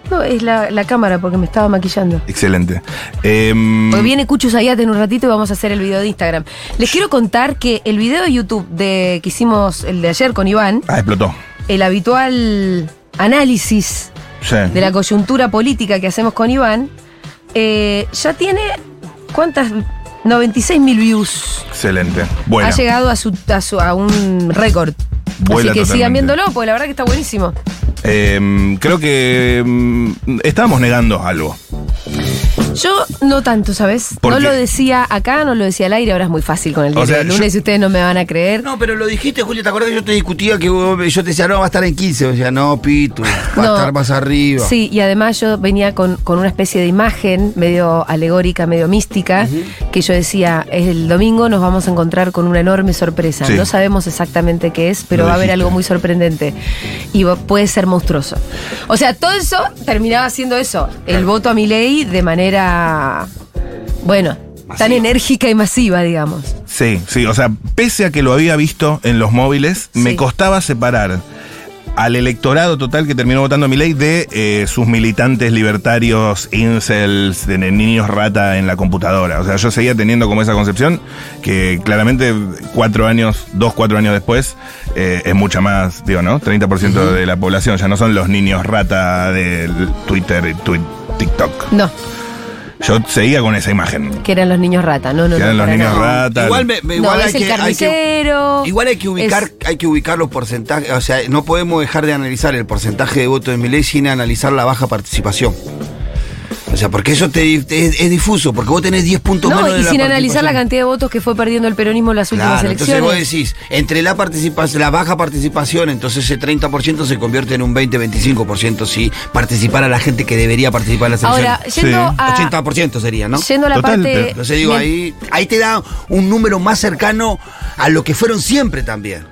Speaker 2: No, es la, la cámara porque me estaba maquillando.
Speaker 3: Excelente. Em,
Speaker 2: Porque viene Cuchu Zayat en un ratito y vamos a hacer el video de Instagram. Les quiero contar que el video de YouTube de, que hicimos el de ayer con Iván,
Speaker 3: Ah, explotó.
Speaker 2: el habitual análisis
Speaker 3: Sí.
Speaker 2: de la coyuntura política que hacemos con Iván, eh, ya tiene. ¿Cuántas 96 mil views.
Speaker 3: Excelente. Bueno.
Speaker 2: Ha llegado a, su, a, su- a un récord.
Speaker 3: Vuela
Speaker 2: Así que sigan
Speaker 3: totalmente.
Speaker 2: viéndolo, porque la verdad que está buenísimo.
Speaker 3: Eh, creo que mm, estábamos negando algo.
Speaker 2: Yo no tanto, ¿sabes?
Speaker 3: ¿Por
Speaker 2: No
Speaker 3: qué?
Speaker 2: lo decía acá, no lo decía al aire, ahora es muy fácil con el
Speaker 3: O
Speaker 2: diario
Speaker 3: sea,
Speaker 2: del lunes
Speaker 3: yo-
Speaker 2: y ustedes no me van a creer.
Speaker 1: No, pero lo dijiste, Julio, ¿te acuerdas que yo te discutía que vos- yo te decía, no, va a estar en 15? O sea, no, Pitu, va
Speaker 2: No.
Speaker 1: a estar más arriba.
Speaker 2: Sí, y además yo venía con, con una especie de imagen medio alegórica, medio mística, que yo decía, el domingo nos vamos a encontrar con una enorme sorpresa.
Speaker 3: Sí.
Speaker 2: No sabemos exactamente qué es, pero
Speaker 3: Lo
Speaker 2: va a haber
Speaker 3: dijiste.
Speaker 2: algo muy sorprendente. Y va- puede ser monstruoso. O sea, todo eso terminaba siendo eso, el voto a mi ley de manera, bueno, tan enérgica y masiva, digamos.
Speaker 3: Sí, sí, o sea, pese a que lo había visto en los móviles, me
Speaker 2: Sí.
Speaker 3: costaba separar al electorado total que terminó votando a mi ley de eh, sus militantes libertarios, incels, de ne- niños rata en la computadora. O sea, yo seguía teniendo como esa concepción que claramente cuatro años, dos, cuatro años después, eh, es mucha más, digo, ¿no? 30% de la población, ya no son los niños rata del Twitter y twi- TikTok.
Speaker 2: No,
Speaker 3: Yo seguía con esa imagen.
Speaker 2: que eran los niños rata, no, no.
Speaker 3: Que eran
Speaker 2: no,
Speaker 3: los
Speaker 2: para
Speaker 3: niños
Speaker 2: nada.
Speaker 3: rata.
Speaker 1: Ah, Igual, me- me-
Speaker 2: No,
Speaker 1: igual
Speaker 2: es
Speaker 1: hay,
Speaker 2: el
Speaker 1: que, hay que-
Speaker 2: carnicero,
Speaker 1: igual hay que ubicar,
Speaker 2: es-
Speaker 1: hay que ubicar los porcentajes, o sea, no podemos dejar de analizar el porcentaje de voto de Milei sin analizar la baja participación. O sea, porque eso te, te- es, es difuso, porque vos tenés 10 puntos menos
Speaker 2: No,
Speaker 1: de
Speaker 2: y
Speaker 1: la
Speaker 2: sin analizar la
Speaker 1: participación.
Speaker 2: cantidad de votos que fue perdiendo el peronismo en las últimas
Speaker 1: Claro, entonces vos
Speaker 2: elecciones.
Speaker 1: decís, entre la participación, la baja participación, entonces ese 30% se convierte en un 20-25% si participara la gente que debería participar en las elecciones.
Speaker 2: Ahora, ah, yendo
Speaker 3: Sí.
Speaker 2: a.
Speaker 1: 80% sería, ¿no?
Speaker 2: Yendo a la
Speaker 3: Total,
Speaker 2: parte.
Speaker 3: pero-
Speaker 1: Entonces digo,
Speaker 2: bien,
Speaker 1: ahí, ahí te da un número más cercano a lo que fueron siempre también.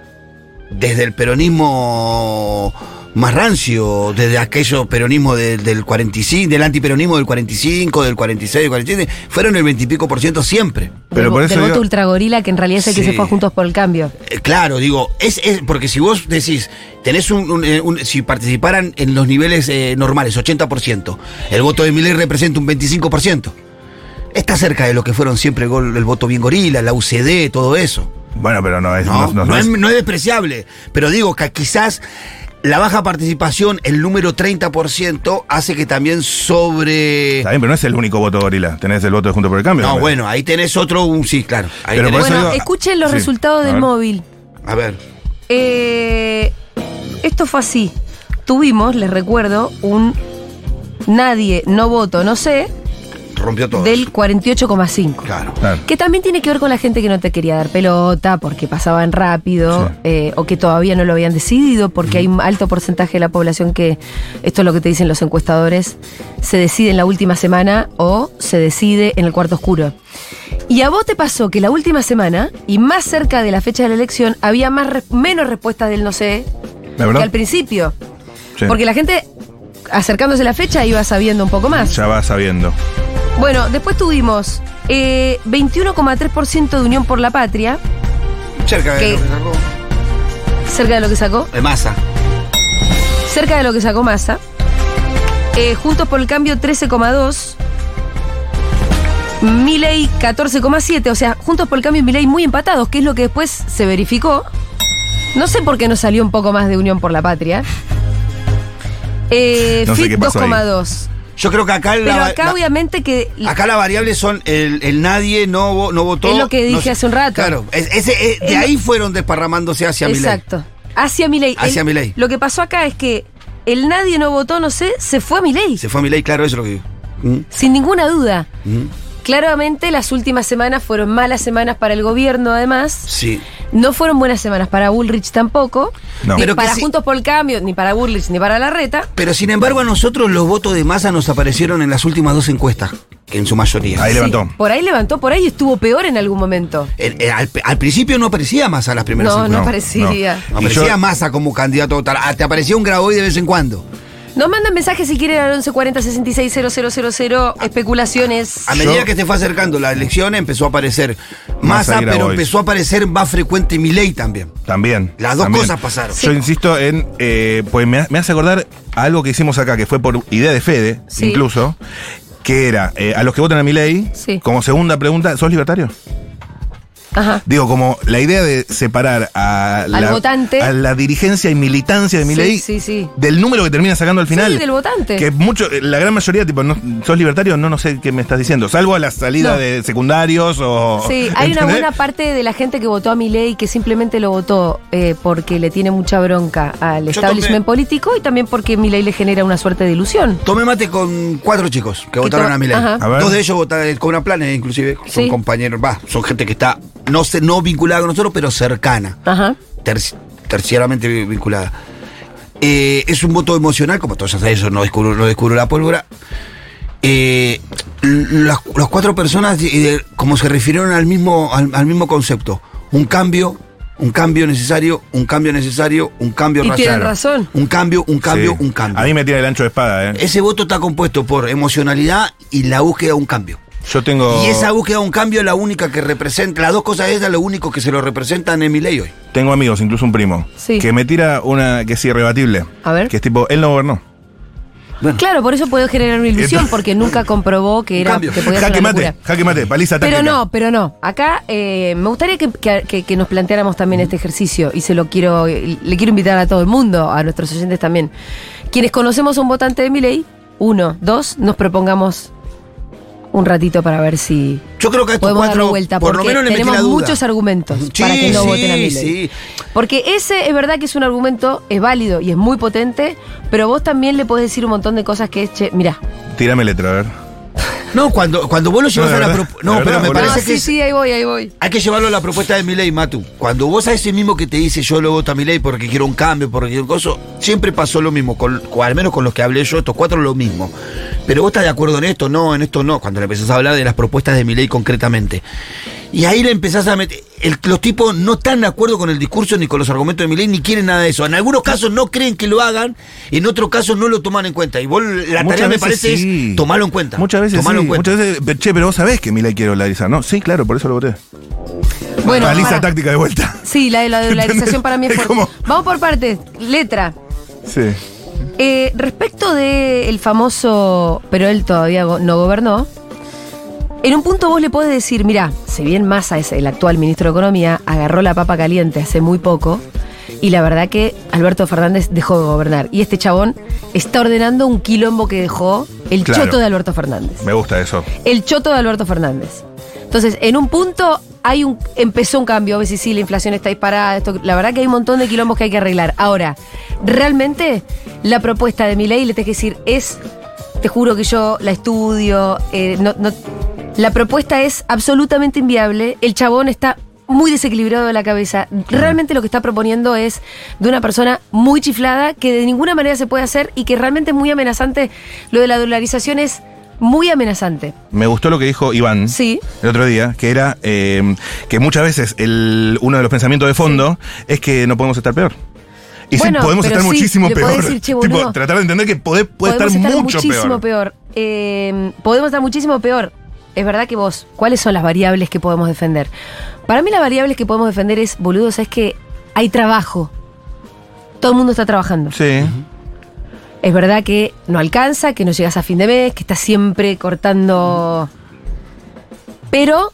Speaker 1: Desde el peronismo más rancio, desde aquellos peronismos del- del 45, del antiperonismo del 45, del 46, del 47, fueron el 20 y pico por ciento siempre.
Speaker 3: Pero
Speaker 2: del,
Speaker 3: por
Speaker 2: vo-
Speaker 3: eso
Speaker 2: del voto
Speaker 3: digo-
Speaker 2: ultragorila, que en realidad es el que
Speaker 1: Sí.
Speaker 2: se fue a juntos por el cambio.
Speaker 1: Eh, Claro, digo, es, es- porque si vos decís, tenés un, un- eh, un- si participaran en los niveles eh, normales, 80%, el voto de Milei representa un 25%. Está cerca de lo que fueron siempre el, gol- el voto bien gorila, la UCD, todo eso.
Speaker 3: Bueno, pero no es...
Speaker 1: No,
Speaker 3: no- no-
Speaker 1: no
Speaker 3: no
Speaker 1: es,
Speaker 3: es-
Speaker 1: no es despreciable, pero digo que quizás la baja participación, el número 30%, hace que también sobre...
Speaker 3: Está bien, pero no es el único voto gorila. Tenés el voto de Junto por el Cambio.
Speaker 1: Eh. No,
Speaker 3: también.
Speaker 1: bueno, ahí tenés otro, un, sí, claro. Ahí
Speaker 3: Pero por
Speaker 1: tenés-
Speaker 3: eso
Speaker 2: Bueno,
Speaker 3: digo-
Speaker 2: escuchen los
Speaker 3: Sí,
Speaker 2: resultados
Speaker 3: a
Speaker 2: del
Speaker 3: ver.
Speaker 2: móvil.
Speaker 1: a ver,
Speaker 2: Eh, esto fue así. Tuvimos, les recuerdo, un nadie, no voto, no sé,
Speaker 1: rompió todo.
Speaker 2: del 48,5.
Speaker 1: Claro.
Speaker 3: Claro.
Speaker 2: Que también tiene que ver con la gente que no te quería dar pelota, porque pasaban rápido,
Speaker 3: Sí.
Speaker 2: eh, o que todavía no lo habían decidido, porque hay un alto porcentaje de la población que, esto es lo que te dicen los encuestadores, se decide en la última semana o se decide en el cuarto oscuro. Y a vos te pasó que la última semana, y más cerca de la fecha de la elección, había más res- menos respuestas del no sé
Speaker 3: ¿La
Speaker 2: que
Speaker 3: verdad?
Speaker 2: al principio.
Speaker 3: Sí.
Speaker 2: Porque la gente, acercándose a la fecha, iba sabiendo un poco más.
Speaker 3: Ya va sabiendo.
Speaker 2: Bueno, después tuvimos eh, 21,3% de Unión por la Patria,
Speaker 1: Cerca de
Speaker 2: Que-
Speaker 1: lo que sacó.
Speaker 2: cerca de lo que sacó,
Speaker 1: De masa.
Speaker 2: cerca de lo que sacó Massa. Eh, Juntos por el Cambio 13,2. Milei 14,7, o sea, Juntos por el Cambio y Milei muy empatados, que es lo que después se verificó. No sé por qué no salió un poco más de Unión por la Patria. Eh,
Speaker 3: No sé
Speaker 2: FIT
Speaker 3: qué pasó ahí.
Speaker 2: 2,2.
Speaker 1: Yo creo que acá
Speaker 2: Pero
Speaker 1: la,
Speaker 2: acá
Speaker 1: la-
Speaker 2: obviamente que
Speaker 1: acá las variables son el, el nadie no, vo- no votó.
Speaker 2: Es lo que
Speaker 1: no
Speaker 2: dije
Speaker 1: sé.
Speaker 2: hace un rato.
Speaker 1: Claro, es- ese- es- de
Speaker 2: Es lo-
Speaker 1: ahí fueron desparramándose hacia Milei.
Speaker 2: Exacto. Hacia mi ley.
Speaker 1: Hacia Milei.
Speaker 2: Lo que pasó acá es que el nadie no votó, no sé, se fue a mi ley.
Speaker 1: Se fue a Milei, claro, eso es lo que digo. Mm,
Speaker 2: Sin ninguna duda.
Speaker 1: mm.
Speaker 2: Claramente las últimas semanas fueron malas semanas para el gobierno, además.
Speaker 1: Sí.
Speaker 2: No fueron buenas semanas para Bullrich tampoco.
Speaker 3: No.
Speaker 2: Ni
Speaker 1: Pero que
Speaker 2: para
Speaker 1: sí-
Speaker 2: Juntos por el Cambio, ni para Bullrich, ni para Larreta.
Speaker 1: Pero sin embargo, a nosotros los votos de masa nos aparecieron en las últimas dos encuestas, que en su mayoría.
Speaker 3: Ahí levantó.
Speaker 2: Sí, por ahí levantó, por ahí estuvo peor en algún momento.
Speaker 1: El- el- al, al principio no aparecía masa en las primeras
Speaker 2: No, no,
Speaker 1: encuestas.
Speaker 2: parecía.
Speaker 3: no. Y
Speaker 1: Aparecía
Speaker 3: yo-
Speaker 1: masa como candidato tal. Ah, Te aparecía un Grabois de vez en cuando.
Speaker 2: Nos mandan mensajes si quieren al 1140 66 000, especulaciones.
Speaker 1: A
Speaker 3: Yo-
Speaker 1: medida que se fue acercando la elección empezó a aparecer
Speaker 3: Massa
Speaker 1: Massa,
Speaker 3: y
Speaker 1: pero
Speaker 3: Grabois.
Speaker 1: empezó a aparecer más frecuente Milei también.
Speaker 3: También.
Speaker 1: Las dos
Speaker 3: también.
Speaker 1: cosas pasaron.
Speaker 3: Yo insisto en. eh, pues me, ha- me hace acordar a algo que hicimos acá, que fue por idea de Fede,
Speaker 2: Sí.
Speaker 3: incluso, que era eh, a los que votan a mi ley,
Speaker 2: Sí.
Speaker 3: como segunda pregunta, ¿sos libertario?
Speaker 1: Ah,
Speaker 2: Ajá.
Speaker 3: Digo, como la idea de separar a
Speaker 2: Al
Speaker 3: la,
Speaker 2: votante.
Speaker 3: a la dirigencia y militancia de mi ley
Speaker 2: Sí, sí, sí.
Speaker 3: del número que termina sacando al final.
Speaker 2: Sí, del votante.
Speaker 3: Que mucho, eh, la gran mayoría, tipo, no, sos libertario, no, no sé qué me estás diciendo. Salvo a la salida
Speaker 2: No.
Speaker 3: de secundarios o.
Speaker 2: Sí, hay una
Speaker 3: Oh, ¿entendés?
Speaker 2: buena parte de la gente que votó a mi ley que simplemente lo votó eh, porque le tiene mucha bronca al establishment político y también porque mi ley le genera una suerte de ilusión.
Speaker 1: Tomé mate con cuatro chicos que votaron
Speaker 2: to-
Speaker 1: a Milei.
Speaker 2: Ajá.
Speaker 3: A ver.
Speaker 1: Dos de ellos votaron con una plana, inclusive. Son
Speaker 2: Sí.
Speaker 1: compañeros, va, son gente que está no, sé, no vinculada con nosotros, pero cercana.
Speaker 2: Ajá.
Speaker 1: terci- terciariamente vi- vinculada. Eh, es un voto emocional, como todos ya saben, yo no descubro, no descubro la pólvora. Eh, l- las, las cuatro personas, eh, como se refirieron al mismo, al, al mismo concepto, un cambio, un cambio necesario, un cambio necesario, un cambio
Speaker 2: Y tienen
Speaker 1: racial.
Speaker 2: razón.
Speaker 1: Un cambio, un cambio,
Speaker 3: Sí.
Speaker 1: un cambio.
Speaker 3: A mí me tira el ancho de espada, ¿eh?
Speaker 1: Ese voto está compuesto por emocionalidad y la búsqueda de un cambio.
Speaker 3: Yo tengo.
Speaker 1: Y esa búsqueda de un cambio es la única que representa, las dos cosas esas, lo único que se lo representan en mi ley hoy.
Speaker 3: Tengo amigos, incluso un primo,
Speaker 2: Sí.
Speaker 3: que me tira una que es irrebatible.
Speaker 2: A ver.
Speaker 3: Que es tipo, él no gobernó.
Speaker 2: Claro, por eso puede generar una ilusión porque nunca comprobó que era
Speaker 1: Cambio.
Speaker 2: que podía ser
Speaker 3: jaque
Speaker 2: una
Speaker 3: mate,
Speaker 2: locura.
Speaker 3: jaque mate, paliza
Speaker 2: Pero
Speaker 3: táctica.
Speaker 2: no, pero no. Acá eh, me gustaría que, que- que- que nos planteáramos también este ejercicio y se lo quiero, le quiero invitar a todo el mundo, a nuestros oyentes también. Quienes conocemos a un votante de mi ley, uno, dos, nos propongamos un ratito para ver si
Speaker 1: Yo creo que a estos
Speaker 2: podemos darle
Speaker 1: cuatro,
Speaker 2: vuelta
Speaker 1: por lo
Speaker 2: porque
Speaker 1: menos le metí
Speaker 2: tenemos
Speaker 1: la duda.
Speaker 2: muchos argumentos
Speaker 1: Sí,
Speaker 2: para que no
Speaker 1: sí,
Speaker 2: voten a Milei.
Speaker 1: sí.
Speaker 2: Porque ese es verdad que es un argumento, es válido y es muy potente, pero vos también le podés decir un montón de cosas que, che, mirá,
Speaker 3: Tírame letra, a ver.
Speaker 1: No, cuando, cuando vos lo llevas
Speaker 3: No, de
Speaker 1: a la
Speaker 3: verdad,
Speaker 1: propuesta.
Speaker 3: de
Speaker 1: No,
Speaker 3: verdad,
Speaker 1: pero me
Speaker 3: boludo.
Speaker 2: no,
Speaker 1: parece
Speaker 2: Ah, sí,
Speaker 1: que es-
Speaker 2: sí, ahí voy, ahí voy.
Speaker 1: hay que llevarlo a la propuesta de Milei, Matu. Cuando vos a ese mismo que te dice yo lo voto a Milei porque quiero un cambio, porque quiero un coso, siempre pasó lo mismo, con, con- al menos con los que hablé yo, estos cuatro lo mismo. Pero vos estás de acuerdo en esto, no, en esto no, cuando le empezás a hablar de las propuestas de Milei concretamente. Y ahí le empezás a meter. el- los tipos no están de acuerdo con el discurso ni con los argumentos de Milei, ni quieren nada de eso. En algunos casos no creen que lo hagan, en otros casos no lo toman en cuenta. Y vos la tarea me
Speaker 3: veces
Speaker 1: parece
Speaker 3: sí.
Speaker 1: es tomarlo en cuenta.
Speaker 3: Muchas veces
Speaker 1: Tomarlo
Speaker 3: sí,
Speaker 1: en cuenta.
Speaker 3: Muchas veces, pero, che, pero vos sabés que Milei quiere dolarizar, ¿no? Sí, claro, por eso lo voté.
Speaker 2: Bueno,
Speaker 3: Paliza
Speaker 2: para.
Speaker 3: táctica de vuelta.
Speaker 2: Sí, la de la dolarización para mí es
Speaker 3: Es
Speaker 2: fuerte.
Speaker 3: como-
Speaker 2: Vamos por partes. Letra.
Speaker 3: Sí.
Speaker 2: Eh, respecto del famoso, pero él todavía go- no gobernó, en un punto vos le podés decir, mira, si bien Massa es el actual ministro de Economía, agarró la papa caliente hace muy poco, y la verdad que Alberto Fernández dejó de gobernar. Y este chabón está ordenando un quilombo que dejó el
Speaker 3: Claro.
Speaker 2: choto de Alberto Fernández
Speaker 3: Me gusta eso.
Speaker 2: el choto de Alberto Fernández. Entonces, en un punto hay un, empezó un cambio, a ver si sí, la inflación está disparada, esto, la verdad que hay un montón de quilombos que hay que arreglar. Ahora, realmente la propuesta de mi ley, le tengo que decir, es, te juro que yo la estudio, eh, no- no- la propuesta es absolutamente inviable, el chabón está muy desequilibrado de la cabeza. Realmente lo que está proponiendo es de una persona muy chiflada, que de ninguna manera se puede hacer y que realmente es muy amenazante. Lo de la dolarización es muy amenazante.
Speaker 3: Me gustó lo que dijo Iván
Speaker 2: Sí.
Speaker 3: el otro día, que era eh, que muchas veces el, uno de los pensamientos de fondo es que no podemos estar peor. Y
Speaker 2: Bueno,
Speaker 3: sí, podemos
Speaker 2: pero
Speaker 3: estar
Speaker 2: sí,
Speaker 3: muchísimo
Speaker 2: le podés
Speaker 3: peor.
Speaker 2: decir, che, boludo,
Speaker 3: tipo, tratar de entender que podés- puede estar, mucho
Speaker 2: muchísimo
Speaker 3: peor.
Speaker 2: peor. Eh, podemos estar muchísimo peor. Es verdad que vos, ¿cuáles son las variables que podemos defender? Para mí las variables que podemos defender es, boludos, es que hay trabajo. Todo el mundo está trabajando.
Speaker 3: Sí.
Speaker 2: Es verdad que no alcanza, que no llegas a fin de mes, que estás siempre cortando. Pero,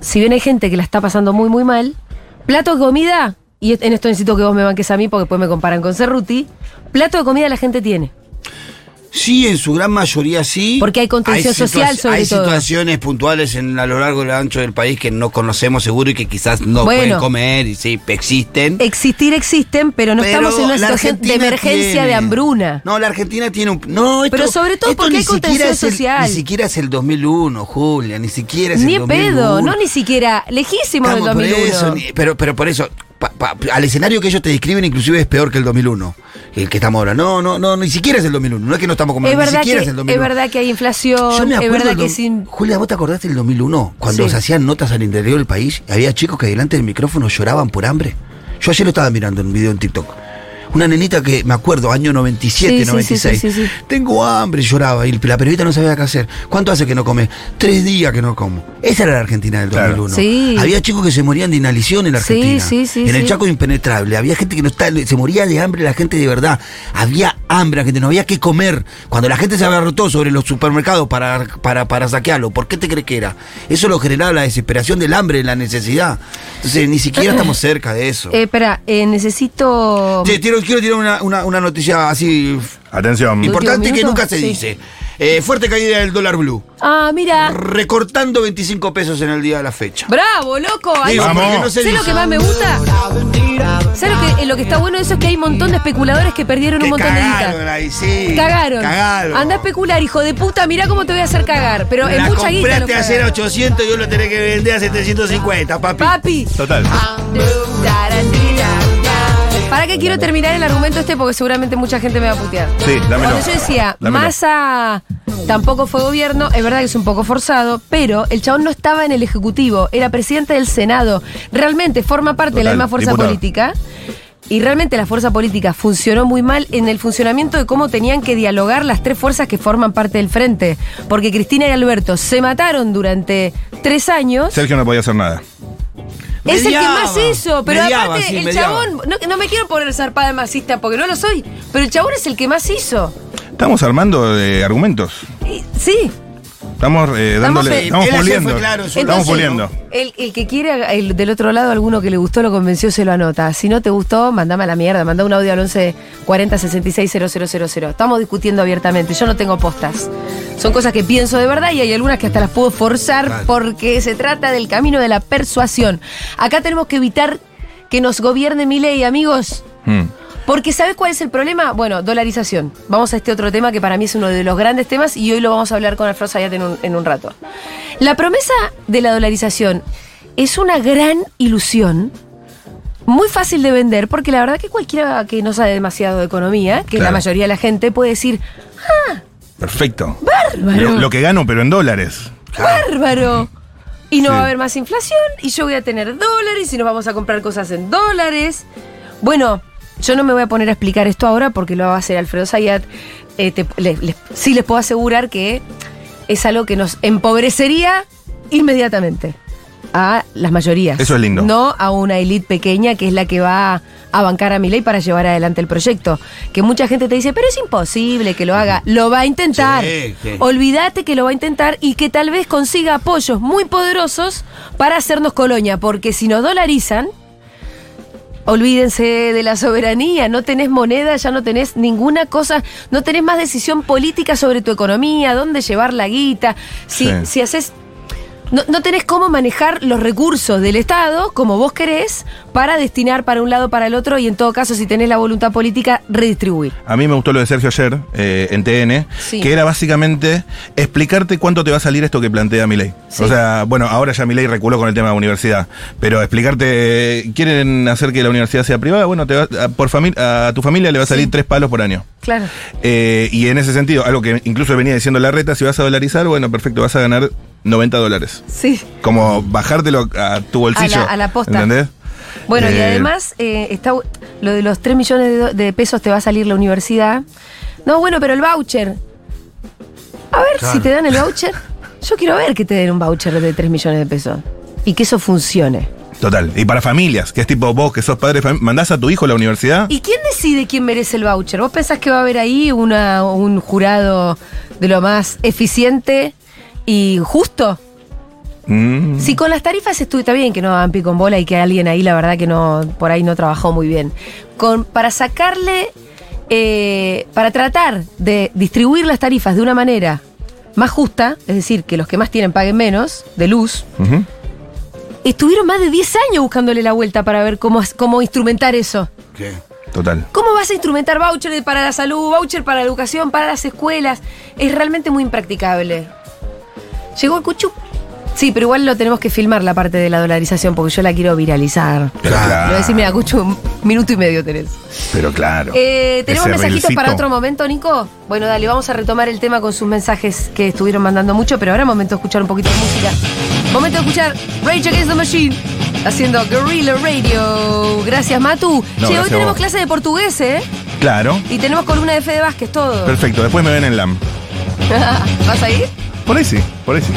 Speaker 2: si bien hay gente que la está pasando muy, muy mal, plato de comida, y en esto necesito que vos me banques a mí porque después me comparan con Cerruti, plato de comida la gente tiene.
Speaker 1: Sí, en su gran mayoría sí.
Speaker 2: Porque hay contención social,
Speaker 1: situa-
Speaker 2: sobre
Speaker 1: Hay
Speaker 2: todo.
Speaker 1: situaciones puntuales en, a lo largo y lo ancho del país que no conocemos seguro y que quizás no
Speaker 2: Bueno.
Speaker 1: pueden comer y sí, existen.
Speaker 2: Existir existen, pero no
Speaker 1: Pero
Speaker 2: estamos en una
Speaker 1: la
Speaker 2: situación de
Speaker 1: Argentina
Speaker 2: emergencia
Speaker 1: tiene-
Speaker 2: de hambruna.
Speaker 1: No, la Argentina tiene un... No, esto,
Speaker 2: Pero sobre todo
Speaker 1: esto
Speaker 2: porque
Speaker 1: ni
Speaker 2: hay
Speaker 1: siquiera
Speaker 2: contención
Speaker 1: es el-
Speaker 2: social.
Speaker 1: Ni siquiera es el 2001, Julia, ni siquiera es
Speaker 2: Ni
Speaker 1: el
Speaker 2: en
Speaker 1: 2001.
Speaker 2: pedo, no ni siquiera, lejísimo del
Speaker 1: Estamos por
Speaker 2: 2001.
Speaker 1: eso, ni- pero, pero por eso, pa- pa- al escenario que ellos te describen inclusive es peor que el 2001, el que estamos ahora. No, no, no, ni siquiera es el 2001, no es que no estamos
Speaker 2: es,
Speaker 1: comiendo, ni
Speaker 2: verdad
Speaker 1: siquiera
Speaker 2: que,
Speaker 1: es el
Speaker 2: es
Speaker 1: 2001.
Speaker 2: verdad que hay inflación,
Speaker 1: Yo me
Speaker 2: es
Speaker 1: acuerdo
Speaker 2: verdad
Speaker 1: el
Speaker 2: que
Speaker 1: do-
Speaker 2: sin...
Speaker 1: Julia, ¿vos te acordás del 2001? Cuando
Speaker 2: Sí.
Speaker 1: se hacían notas al interior del país, había chicos que delante del micrófono lloraban por hambre. Yo ayer lo estaba mirando en un video en TikTok. una nenita que, me acuerdo, año 97,
Speaker 2: Sí, sí,
Speaker 1: 96.
Speaker 2: sí, sí, sí, sí.
Speaker 1: Tengo hambre, lloraba. Y la periodista no sabía qué hacer. ¿Cuánto hace que no come? Tres días que no como. Esa era la Argentina del
Speaker 3: Claro.
Speaker 1: 2001.
Speaker 2: Sí.
Speaker 1: Había chicos que se morían de inhalición en la
Speaker 2: Sí,
Speaker 1: Argentina.
Speaker 2: sí, sí,
Speaker 1: En el
Speaker 2: sí.
Speaker 1: Chaco impenetrable. Había gente que no está, se moría de hambre la gente de verdad. Había hambre, la gente no había qué comer. Cuando la gente se agarrotó sobre los supermercados para, para, para saquearlo, ¿por qué te crees que era? Eso lo generaba la desesperación del hambre, la necesidad. Entonces ni siquiera estamos cerca de eso.
Speaker 2: Eh, espera, eh, necesito.
Speaker 1: Che, quiero, quiero tirar una, una- una noticia así
Speaker 3: Atención.
Speaker 1: importante que
Speaker 2: minuto?
Speaker 1: nunca se
Speaker 2: Sí.
Speaker 1: dice. Eh, fuerte caída del dólar blue,
Speaker 2: Ah, mira.
Speaker 1: recortando 25 pesos en el día de la fecha.
Speaker 2: Bravo, loco. Ahí
Speaker 1: Digo,
Speaker 2: va.
Speaker 3: Vamos.
Speaker 1: porque no se
Speaker 2: ¿Sabes lo
Speaker 1: dice.
Speaker 2: que más me gusta? ¿Sabes lo que, eh, lo que está bueno de eso? Es que hay un montón de especuladores que perdieron
Speaker 1: Que
Speaker 2: un montón de
Speaker 1: cagaron
Speaker 2: guita.
Speaker 1: ahí, sí.
Speaker 2: Cagaron.
Speaker 1: Cagaron.
Speaker 2: Anda a especular, hijo de puta. Mirá cómo te voy a hacer cagar. Pero en
Speaker 1: La
Speaker 2: mucha guita.
Speaker 1: compraste
Speaker 2: los
Speaker 1: ayer a
Speaker 2: cagaron.
Speaker 1: 800 y hoy lo tenés que vender a 750, papi.
Speaker 2: Papi.
Speaker 3: Total.
Speaker 2: Ah. ¿Para qué quiero terminar el argumento este? Porque seguramente mucha gente me va a putear.
Speaker 3: Sí, dámelo.
Speaker 2: Cuando yo decía,
Speaker 3: Dámelo.
Speaker 2: Massa tampoco fue gobierno, es verdad que es un poco forzado, pero el chabón no estaba en el Ejecutivo, era presidente del Senado. Realmente forma parte de la
Speaker 3: Total,
Speaker 2: misma fuerza
Speaker 3: diputado.
Speaker 2: política. Y realmente la fuerza política funcionó muy mal en el funcionamiento de cómo tenían que dialogar las tres fuerzas que forman parte del frente. Porque Cristina y Alberto se mataron durante tres años.
Speaker 3: Sergio no podía hacer nada.
Speaker 2: Es el que
Speaker 1: Mediaba,
Speaker 2: más hizo, pero
Speaker 1: mediaba,
Speaker 2: aparte
Speaker 1: sí,
Speaker 2: el
Speaker 1: mediaba.
Speaker 2: chabón, no, no me quiero poner zarpada de masista porque no lo soy, pero el chabón es el que más hizo.
Speaker 3: Estamos armando eh, argumentos.
Speaker 2: Y- sí.
Speaker 3: Estamos eh, dándole.
Speaker 2: fe-
Speaker 3: Estamos
Speaker 1: Él ayer fue
Speaker 3: puliendo.
Speaker 1: claro en su-
Speaker 3: Estamos
Speaker 2: Entonces,
Speaker 3: puliendo.
Speaker 2: El, el que quiere, el del otro lado, alguno que le gustó, lo convenció, se lo anota. Si no te gustó, mandame a la mierda, manda un audio al 11 40 66 000. Estamos discutiendo abiertamente, yo no tengo postas. Son cosas que pienso de verdad y hay algunas que hasta las puedo forzar
Speaker 1: Claro.
Speaker 2: porque se trata del camino de la persuasión. Acá tenemos que evitar que nos gobierne mi ley, amigos.
Speaker 3: Mm.
Speaker 2: Porque ¿sabes cuál es el problema? Bueno, dolarización. Vamos a este otro tema que para mí es uno de los grandes temas y hoy lo vamos a hablar con Alfredo Zayat en un, en un rato. La promesa de la dolarización es una gran ilusión, muy fácil de vender, porque la verdad que cualquiera que no sabe demasiado de economía, que la
Speaker 3: Claro.
Speaker 2: mayoría de la gente puede decir,
Speaker 3: Perfecto.
Speaker 2: bárbaro,
Speaker 3: Lo, lo que gano, pero en dólares.
Speaker 2: bárbaro. Y no
Speaker 3: Sí.
Speaker 2: va a haber más inflación, y yo voy a tener dólares, y nos vamos a comprar cosas en dólares. Bueno, yo no me voy a poner a explicar esto ahora porque lo va a hacer Alfredo Zayat. Eh, te- le- le- sí les puedo asegurar que es algo que nos empobrecería inmediatamente a las mayorías.
Speaker 3: Eso es lindo.
Speaker 2: No a una élite pequeña que es la que va a bancar a mi ley para llevar adelante el proyecto. Que mucha gente te dice, pero es imposible que lo haga. Lo va a intentar.
Speaker 1: Sí, sí.
Speaker 2: Olvídate que lo va a intentar y que tal vez consiga apoyos muy poderosos para hacernos colonia. Porque si nos dolarizan, Olvídense de la soberanía, no tenés moneda, ya no tenés ninguna cosa, no tenés más decisión política sobre tu economía, dónde llevar la guita, si,
Speaker 3: Sí.
Speaker 2: si haces... No, no tenés cómo manejar los recursos del Estado como vos querés para destinar para un lado, para el otro y en todo caso, si tenés la voluntad política, redistribuir.
Speaker 3: A mí me gustó lo de Sergio ayer eh, en TN,
Speaker 2: Sí.
Speaker 3: que era básicamente explicarte cuánto te va a salir esto que plantea Milei.
Speaker 2: Sí.
Speaker 3: O sea, bueno, ahora ya Milei reculó con el tema de universidad, pero explicarte, eh, quieren hacer que la universidad sea privada, bueno, te va- a, por fami- a tu familia le va a salir tres palos por año.
Speaker 2: Claro.
Speaker 3: Eh, y en ese sentido, algo que incluso venía diciendo la reta, si vas a dolarizar, bueno, perfecto, vas a ganar 90 dólares.
Speaker 2: Sí.
Speaker 3: Como bajártelo a tu bolsillo.
Speaker 2: a la posta.
Speaker 3: ¿Entendés?
Speaker 2: Bueno, y
Speaker 3: Eh,
Speaker 2: además, eh, está bu- lo de los 3 millones de, do- de pesos te va a salir la universidad. No, bueno, pero el voucher. A ver si te dan el voucher. Yo quiero ver que te den un voucher de 3 millones de pesos. Y que eso funcione.
Speaker 3: Total. Y para familias, que es tipo vos que sos padre, de fami- mandás a tu hijo a la universidad.
Speaker 2: ¿Y quién decide quién merece el voucher? ¿Vos pensás que va a haber ahí una, un jurado de lo más eficiente y justo?
Speaker 3: Mm.
Speaker 2: Si con las tarifas estuvo está bien que no hagan pico en bola y que alguien ahí la verdad que no por ahí no trabajó muy bien. Con, para sacarle, eh, para tratar de distribuir las tarifas de una manera más justa, es decir, que los que más tienen paguen menos de luz,
Speaker 3: Ujú.
Speaker 2: estuvieron más de 10 años buscándole la vuelta para ver cómo, cómo instrumentar eso.
Speaker 1: ¿Qué?
Speaker 3: Total.
Speaker 2: ¿Cómo vas a instrumentar voucher para la salud, voucher para la educación, para las escuelas? Es realmente muy impracticable. Llegó el cuchup. Sí, pero igual lo tenemos que filmar la parte de la dolarización porque yo la quiero viralizar.
Speaker 3: Pero
Speaker 2: Le
Speaker 3: claro.
Speaker 2: voy a decir, mira, Cuchu, un minuto y medio tenés.
Speaker 3: Pero claro.
Speaker 2: Eh, ¿Tenemos
Speaker 3: Ese
Speaker 2: mensajitos
Speaker 3: reelcito.
Speaker 2: para otro momento, Nico? Bueno, dale, vamos a retomar el tema con sus mensajes que estuvieron mandando mucho, pero ahora momento de escuchar un poquito de música. Momento de escuchar Rage Against the Machine. Haciendo Guerrilla Radio. Gracias, Matu.
Speaker 3: No,
Speaker 2: che,
Speaker 3: gracias
Speaker 2: hoy
Speaker 3: a
Speaker 2: tenemos
Speaker 3: vos.
Speaker 2: clase de portugués, ¿eh?
Speaker 3: Claro.
Speaker 2: Y tenemos columna de Fede Vázquez, todo. Ah,
Speaker 3: Perfecto, después me ven en LAM.
Speaker 2: ¿Vas a ir?
Speaker 3: Por ahí sí, por ahí sí.